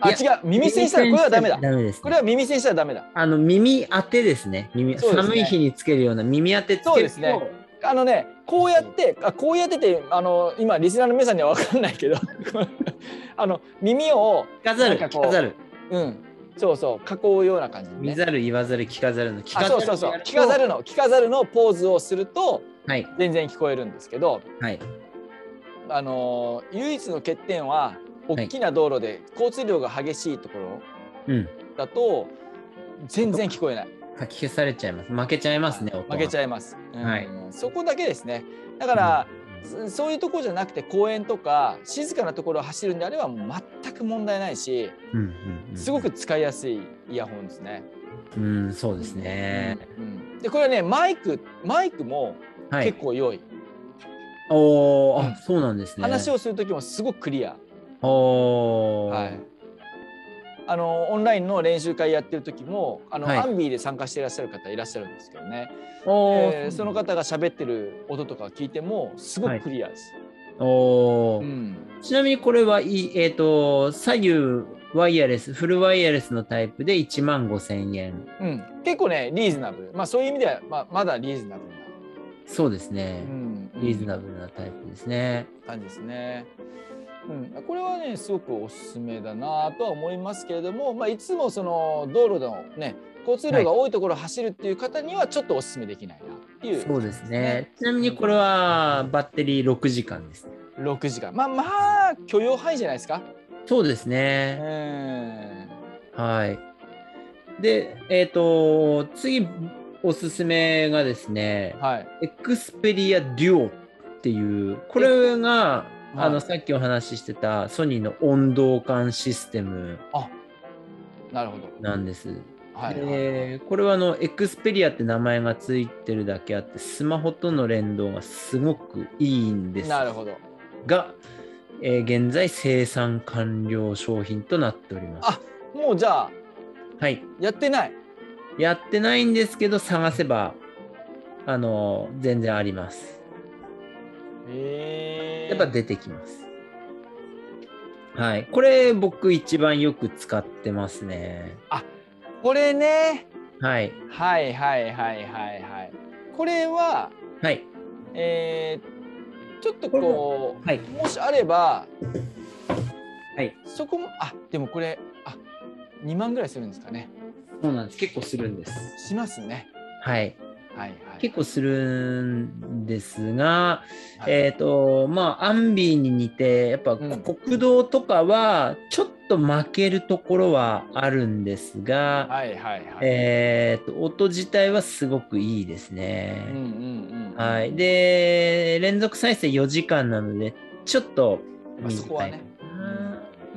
Speaker 2: あ
Speaker 1: い
Speaker 2: 違う耳栓したらこ
Speaker 1: 耳
Speaker 2: れはダメだ。
Speaker 1: ダメです、
Speaker 2: これは耳栓したらダメだ。
Speaker 1: あの耳当てですね耳
Speaker 2: そうですね
Speaker 1: 寒い日につけるような耳当てつけると
Speaker 2: そうですねあのねこうやってあこうやっててあの今リスナーの皆さんには分かんないけど あの耳を
Speaker 1: 聞かざる
Speaker 2: なんか
Speaker 1: 聞
Speaker 2: こう
Speaker 1: かざる
Speaker 2: うんそうそう囲うような感じ
Speaker 1: 見
Speaker 2: で、ね。
Speaker 1: ざる言わざる聞かざるの聞
Speaker 2: あ
Speaker 1: かざる
Speaker 2: そうそうそう聞かざ
Speaker 1: る
Speaker 2: るの聞かざるのポーズをすると
Speaker 1: はい
Speaker 2: 全然聞こえるんですけど
Speaker 1: はい
Speaker 2: あの唯一の欠点は大きな道路で交通量が激しいところ
Speaker 1: うん
Speaker 2: だと全然聞こえない
Speaker 1: 吐き消されちゃいます負けちゃいますね
Speaker 2: 負けち
Speaker 1: ゃい
Speaker 2: ゃいます、うん
Speaker 1: はい
Speaker 2: そこだけですねだから、そそういうとこじゃなくて公園とか静かなところを走るんであればもう全く問題ないし
Speaker 1: うんうんうん
Speaker 2: すごく使いやすいイヤホンですね。
Speaker 1: うんそうですね
Speaker 2: うんでこれはねマイクマイクも
Speaker 1: はい
Speaker 2: 結構良い、
Speaker 1: おお
Speaker 2: うん
Speaker 1: あそうなんですね
Speaker 2: 話をする時もすごくクリア、
Speaker 1: おー
Speaker 2: はい、あのオンラインの練習会やってる時もあの、
Speaker 1: はい
Speaker 2: アンビーで参加していらっしゃる方いらっしゃるんですけどね、
Speaker 1: お
Speaker 2: えー
Speaker 1: ー
Speaker 2: その方が喋ってる音とか聞いてもすごくクリアです。
Speaker 1: おー
Speaker 2: うん
Speaker 1: ちなみにこれはいえっと左右ワイヤレスフルワイヤレスのタイプで1万5000円
Speaker 2: うん、結構ねリーズナブル、まあ、そういう意味では、まあ、まだリーズナブルな
Speaker 1: そうですね
Speaker 2: うん
Speaker 1: リーズナブルなタイプですね。
Speaker 2: 感じですね。うん、これはねすごくおすすめだなとは思いますけれども、まあ、いつもその道路のね交通量が多いところを走るっていう方にはちょっとおすすめできないなっていう、
Speaker 1: そうですね。ちなみにこれはバッテリー6時間ですね。
Speaker 2: 6時間まあまあ許容範囲じゃないですか。
Speaker 1: そうですね。
Speaker 2: うん
Speaker 1: はい。で、えっ、と、次、おすすめがですね、
Speaker 2: はい
Speaker 1: エクスペリア Duo っていう、これが、
Speaker 2: え
Speaker 1: あ
Speaker 2: は
Speaker 1: の、
Speaker 2: い
Speaker 1: さっきお話ししてたソニーの温動感システム
Speaker 2: なるほど。
Speaker 1: なんです。
Speaker 2: はいはい
Speaker 1: でこれはあの、エクスペリアって名前がついてるだけあって、スマホとの連動がすごくいいんです。
Speaker 2: なるほど。
Speaker 1: が、えー現在生産完了商品となっております。
Speaker 2: もうじゃあ
Speaker 1: はい、
Speaker 2: やってない。
Speaker 1: やってないんですけど探せばあのー全然あります。
Speaker 2: え
Speaker 1: やっぱ出てきます。はい、これ僕一番よく使ってますね。
Speaker 2: これね
Speaker 1: はい
Speaker 2: はいはいはいはいはい。これは
Speaker 1: はい
Speaker 2: えーちょっと
Speaker 1: これ
Speaker 2: こう、
Speaker 1: はい
Speaker 2: もしあれば、
Speaker 1: はい、
Speaker 2: そこもあでもこれあ2万ぐらいするんですかね
Speaker 1: そうなんです。結構するんです。
Speaker 2: しますね
Speaker 1: はい、
Speaker 2: はいはい
Speaker 1: 結構するんですが、
Speaker 2: はい
Speaker 1: えっ、とまあアンビーに似てやっぱ
Speaker 2: うん
Speaker 1: 国道とかはちょっと負けるところはあるんですが、
Speaker 2: はいはいはい、
Speaker 1: えっ、と音自体はすごくいいです
Speaker 2: うん
Speaker 1: ね。
Speaker 2: うんうん
Speaker 1: はい、で連続再生4時間なのでちょっと
Speaker 2: まあそこは
Speaker 1: 短い
Speaker 2: ね
Speaker 1: か
Speaker 2: う
Speaker 1: な。
Speaker 2: ん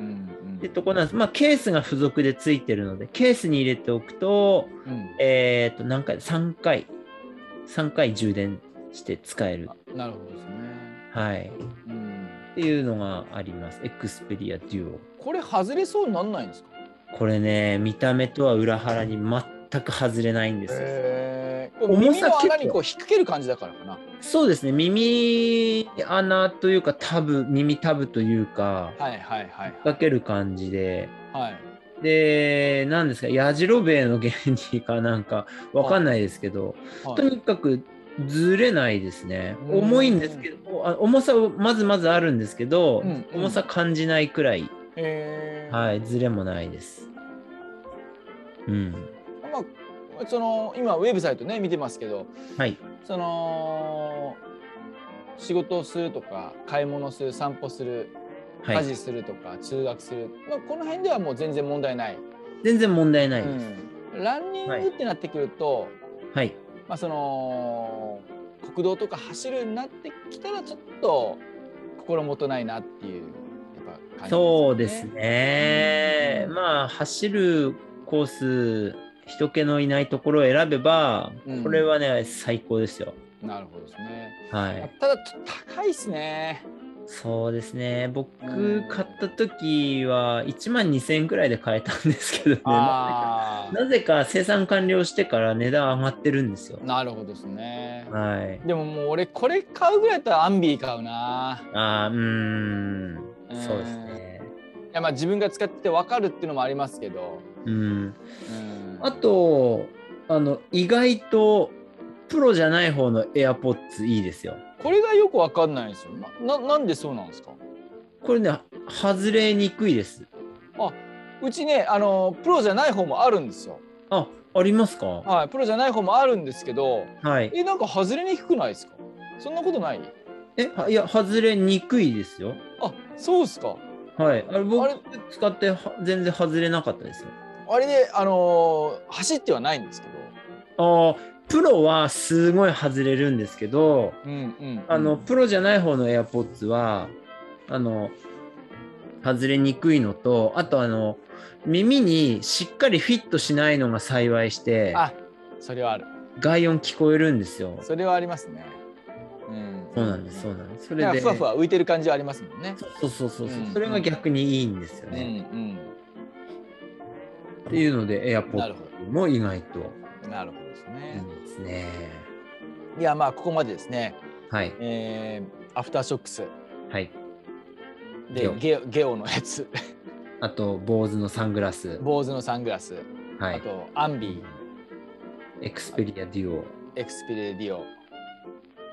Speaker 2: うん
Speaker 1: ってとこなんです。まあケースが付属で付いてるのでケースに入れておくと
Speaker 2: うん
Speaker 1: えっ、と何回 ?3 回3回充電して使える。
Speaker 2: あなるほどですね、
Speaker 1: はい。
Speaker 2: うん、
Speaker 1: っていうのがあります。エクスペリア Duo。
Speaker 2: これ外れそうになんないんですか
Speaker 1: これね、見た目とは裏腹に全く外れないんですよ。
Speaker 2: えー、これ
Speaker 1: 重
Speaker 2: 耳
Speaker 1: さ
Speaker 2: の穴
Speaker 1: 結
Speaker 2: にこう引っ掛ける感じだからかな
Speaker 1: そうですね耳穴というかタブ耳タブというか
Speaker 2: はいはいはい
Speaker 1: かける感じで
Speaker 2: はい
Speaker 1: で何ですかやじろべえの原理かなんかわかんないですけど、と
Speaker 2: はい
Speaker 1: にかくずれないですね
Speaker 2: うん
Speaker 1: 重いんですけどあ重さをまずまずあるんですけど、
Speaker 2: うんうん
Speaker 1: 重さ感じないくらい、
Speaker 2: えー
Speaker 1: はい、ずれもないです。うん、
Speaker 2: まあその今ウェブサイトね見てますけど
Speaker 1: はい、
Speaker 2: その仕事をするとか買い物する散歩する
Speaker 1: は
Speaker 2: 家
Speaker 1: い、
Speaker 2: 事するとか、通学する、まあ、この辺ではもう全然問題ない、
Speaker 1: 全然問題ないです。
Speaker 2: うん、ランニングってなってくると、
Speaker 1: はい、
Speaker 2: まあ、その国道とか走るようになってきたらちょっと心もとないなっていうやっぱ感じ
Speaker 1: そうです
Speaker 2: ね
Speaker 1: ね。まあ走るコース人気のいないところを選べば、
Speaker 2: うん
Speaker 1: これはね最高ですよ。
Speaker 2: なるほどですね、
Speaker 1: はい、
Speaker 2: ただちょっと高いですね
Speaker 1: そうですね。
Speaker 2: うん
Speaker 1: 僕買った時は1万2000円くらいで買えたんですけどね。な
Speaker 2: あ
Speaker 1: ぜかなぜか生産完了してから値段上がってるんですよ
Speaker 2: あ。なるほどですね
Speaker 1: はい。
Speaker 2: でももう俺これ買うぐらいだったらアンビー買うな
Speaker 1: あーうーん
Speaker 2: うん
Speaker 1: そうですね。
Speaker 2: いやまあ自分が使ってて分かるっていうのもありますけど、
Speaker 1: うん。
Speaker 2: うん
Speaker 1: あとあの意外とプロじゃない方の AirPods いいですよ。
Speaker 2: これがよく分かんないんですよなななんでそうなんですか
Speaker 1: これね、外れにくいです。
Speaker 2: うちねあのプロじゃない方もあるんですよ
Speaker 1: あ、ありますか
Speaker 2: はいプロじゃない方もあるんですけど
Speaker 1: はい。
Speaker 2: えなんか外れにくくないですかそんなことない
Speaker 1: え、はいや、外れにくいですよ。
Speaker 2: あそうですか
Speaker 1: はい。あれ、僕
Speaker 2: あれ
Speaker 1: 使っては全然外れなかったですよ。
Speaker 2: あれで、あのー走ってはないんですけど
Speaker 1: あープロはすごい外れるんですけど、
Speaker 2: うんうん
Speaker 1: あの、プロじゃない方の AirPods は、あの、外れにくいのと、あとあの、耳にしっかりフィットしないのが幸いして、
Speaker 2: あそれはある
Speaker 1: 外音聞こえるんですよ。
Speaker 2: それはありますねうん
Speaker 1: そうなんです、そうなんです。そ
Speaker 2: な
Speaker 1: れ
Speaker 2: んか
Speaker 1: で、
Speaker 2: ふわふわ浮いてる感じはありますもんね
Speaker 1: そうそうそうそう、
Speaker 2: うん
Speaker 1: それが逆にいいんですよ
Speaker 2: うん
Speaker 1: ね。
Speaker 2: う
Speaker 1: っていうので、エアポ
Speaker 2: なる
Speaker 1: ッ
Speaker 2: ほ
Speaker 1: ドも意外と
Speaker 2: んなるほどです
Speaker 1: いい
Speaker 2: ね
Speaker 1: んですね。
Speaker 2: いやまあここまでですね
Speaker 1: はい、
Speaker 2: えーアフターショックス
Speaker 1: はい。
Speaker 2: で
Speaker 1: ゲオ
Speaker 2: ゲオゲオのやつ
Speaker 1: あと、坊主のサングラス、
Speaker 2: 坊主のサングラス、
Speaker 1: は
Speaker 2: あ
Speaker 1: い。
Speaker 2: とアンビ
Speaker 1: エクスペリアデュオ、
Speaker 2: ーエクスピレディオ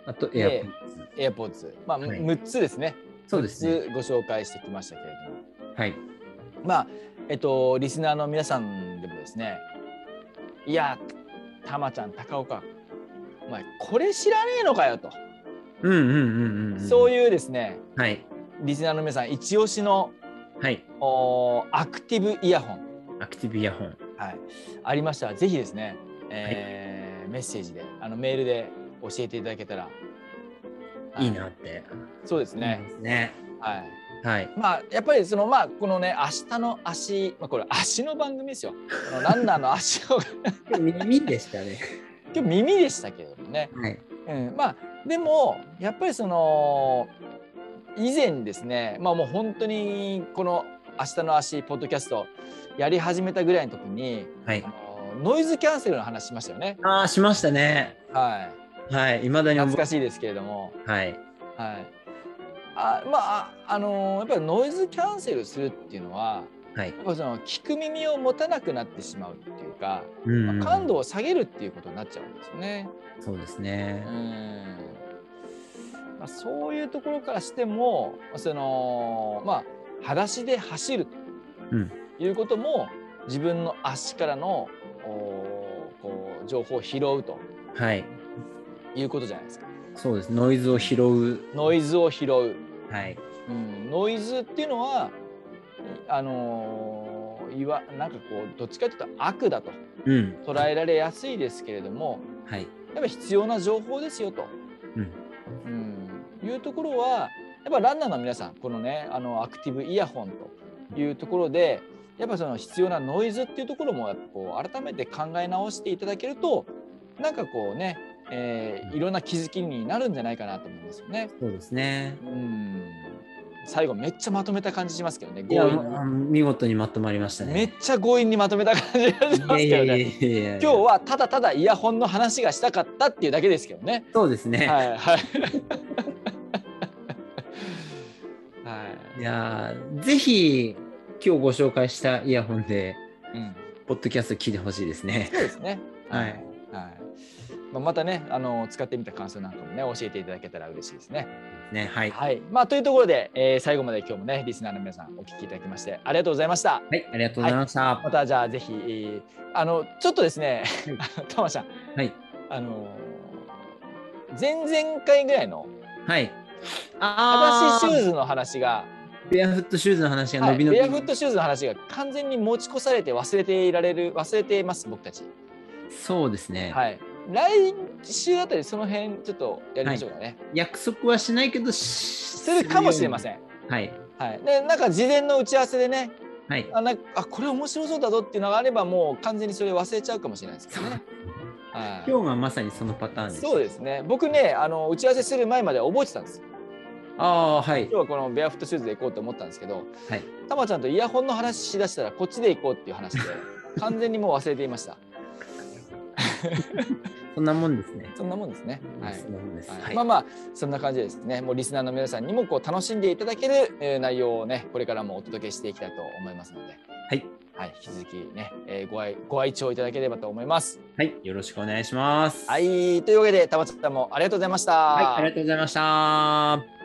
Speaker 1: あとエアポ
Speaker 2: で
Speaker 1: ッド。
Speaker 2: エアポーズまあ、
Speaker 1: はい
Speaker 2: 6つですね
Speaker 1: そうですね。
Speaker 2: 6つご紹介してきましたけれども
Speaker 1: はい。
Speaker 2: まあえっとリスナーの皆さんでもですねいやたまちゃん高岡お前これ知らねえのかよと、
Speaker 1: うんうんうんうん、うん。
Speaker 2: そ
Speaker 1: う。
Speaker 2: ういうですね
Speaker 1: はい。
Speaker 2: リスナーの皆さん一押しの
Speaker 1: はい。
Speaker 2: おーアクティブイヤホン
Speaker 1: アクティブイヤホン。
Speaker 2: はい、ありましたらぜひですね、えーメッセージであのメールで教えていただけたら、はい
Speaker 1: いなって。
Speaker 2: そうですね、
Speaker 1: ね。
Speaker 2: はい
Speaker 1: はい。
Speaker 2: まあやっぱりそのまあこのね明日の足、まあ、これ足の番組ですよこのランナーの足を
Speaker 1: 耳でしたね。
Speaker 2: 今日耳でしたけれどもね、
Speaker 1: はい。
Speaker 2: うん、まあでもやっぱりその以前ですねまあもう本当にこの「明日の足」ポッドキャストやり始めたぐらいの時に
Speaker 1: はい
Speaker 2: あ。のノイズキャンセルの話しましたよね。
Speaker 1: ああ、しましたね。
Speaker 2: はい
Speaker 1: はい。いまだに覚
Speaker 2: 懐か
Speaker 1: え
Speaker 2: しいですけれども、
Speaker 1: はい。
Speaker 2: はい、あまあああのーやっぱりノイズキャンセルするっていうのは
Speaker 1: はい
Speaker 2: や。っぱその聞く耳を持たなくなってしまうっていうか、
Speaker 1: うん
Speaker 2: ま
Speaker 1: う
Speaker 2: あ
Speaker 1: ん。
Speaker 2: 感度を下げるっていうことになっちゃうんですよね。
Speaker 1: そうです
Speaker 2: う
Speaker 1: ね。
Speaker 2: んまあ、そういうところからしてもそのまあ裸足で走る
Speaker 1: うん
Speaker 2: ということも、自分の足からのおーこう情報を拾うと
Speaker 1: はい。
Speaker 2: いうことじゃないですか。
Speaker 1: そうです。ノイズを拾う。
Speaker 2: ノイズを拾う
Speaker 1: はい。
Speaker 2: うん、ノイズっていうのはあのーいわなんかこうどっちかというと悪だと
Speaker 1: うん。
Speaker 2: 捉えられやすいですけれども
Speaker 1: はい。
Speaker 2: やっぱ必要な情報ですよと、
Speaker 1: うん
Speaker 2: うんいうところはやっぱランナーの皆さんこのねあのアクティブイヤホンというところでやっぱその必要なノイズっていうところもやっぱこう改めて考え直していただけるとなんかこうね、えーいろんな気づきになるんじゃないかなと思いますよね。
Speaker 1: そうですね。
Speaker 2: うん最後めっちゃまとめた感じしますけどね
Speaker 1: いや、
Speaker 2: 強引に
Speaker 1: もう見事にまとまりましたね。
Speaker 2: めっちゃ強引にまとめた感じがします
Speaker 1: い
Speaker 2: け
Speaker 1: や
Speaker 2: ど
Speaker 1: いや
Speaker 2: ね
Speaker 1: いやいやいや
Speaker 2: 今日はただただイヤホンの話がしたかったっていうだけですけどね
Speaker 1: そうですね。
Speaker 2: はい はいはい
Speaker 1: いやーぜひ今日ご紹介したイヤホンで
Speaker 2: うん
Speaker 1: ポッドキャスト聞いてほしいです ね。
Speaker 2: そうですね。
Speaker 1: はい
Speaker 2: はい。まあ、またね、あの使ってみた感想なんかもね、教えていただけたら嬉しいですね。
Speaker 1: ねはい、は
Speaker 2: はい。まあというところで、えー最後まで今日もね、リスナーの皆さんお聞きいただきましてありがとうございました。
Speaker 1: い、ありがとうございました。
Speaker 2: またじゃあぜひ、えーあのちょっとですね、 あのたまちゃん、
Speaker 1: はい、
Speaker 2: あの前々回ぐらいの
Speaker 1: はい。
Speaker 2: 裸
Speaker 1: あ
Speaker 2: 足シューズの話が、
Speaker 1: ーベアフットシューズの話が
Speaker 2: は
Speaker 1: 伸
Speaker 2: い
Speaker 1: び伸び、
Speaker 2: ベアフットシューズの話が完全に持ち越されて忘れていられる忘れています僕たち。
Speaker 1: そうですね、
Speaker 2: はい。来週あたりその辺ちょっとやりましょうかね。
Speaker 1: 約束はしないけどし
Speaker 2: す
Speaker 1: す
Speaker 2: るかもしれませ
Speaker 1: ん。
Speaker 2: ん。
Speaker 1: はい。
Speaker 2: はい。でなんか事前の打ち合わせでね、
Speaker 1: はい。
Speaker 2: あなあこれ面白そうだぞっていうのがあればもう完全にそれ忘れちゃうかもしれないですけどね。はい。
Speaker 1: 今日はまさにそのパターンです。
Speaker 2: そうですね。僕ねあの打ち合わせする前までは覚えてたんですよ。
Speaker 1: ああー、はい。
Speaker 2: 今日はこのベアフットシューズで行こうと思ったんですけど、
Speaker 1: はい。
Speaker 2: たまちゃんとイヤホンの話しだしたらこっちで行こうってい う話で完全にもう忘れていました。
Speaker 1: そんなもんですね。
Speaker 2: そんなもんですね。はい
Speaker 1: そ。んなもんです。
Speaker 2: は、
Speaker 1: はいい。
Speaker 2: まあまあそんな感じでですねもうリスナーの皆さんにもこう楽しんでいただけるえー内容をねこれからもお届けしていきたいと思いますので、
Speaker 1: はい
Speaker 2: はい、引き続きね、えーご愛ご愛聴いただければと思います。
Speaker 1: はい。よろしくお願いします。
Speaker 2: はいというわけでたまちゃんもありがとうございました。
Speaker 1: はい。ありがとうございました。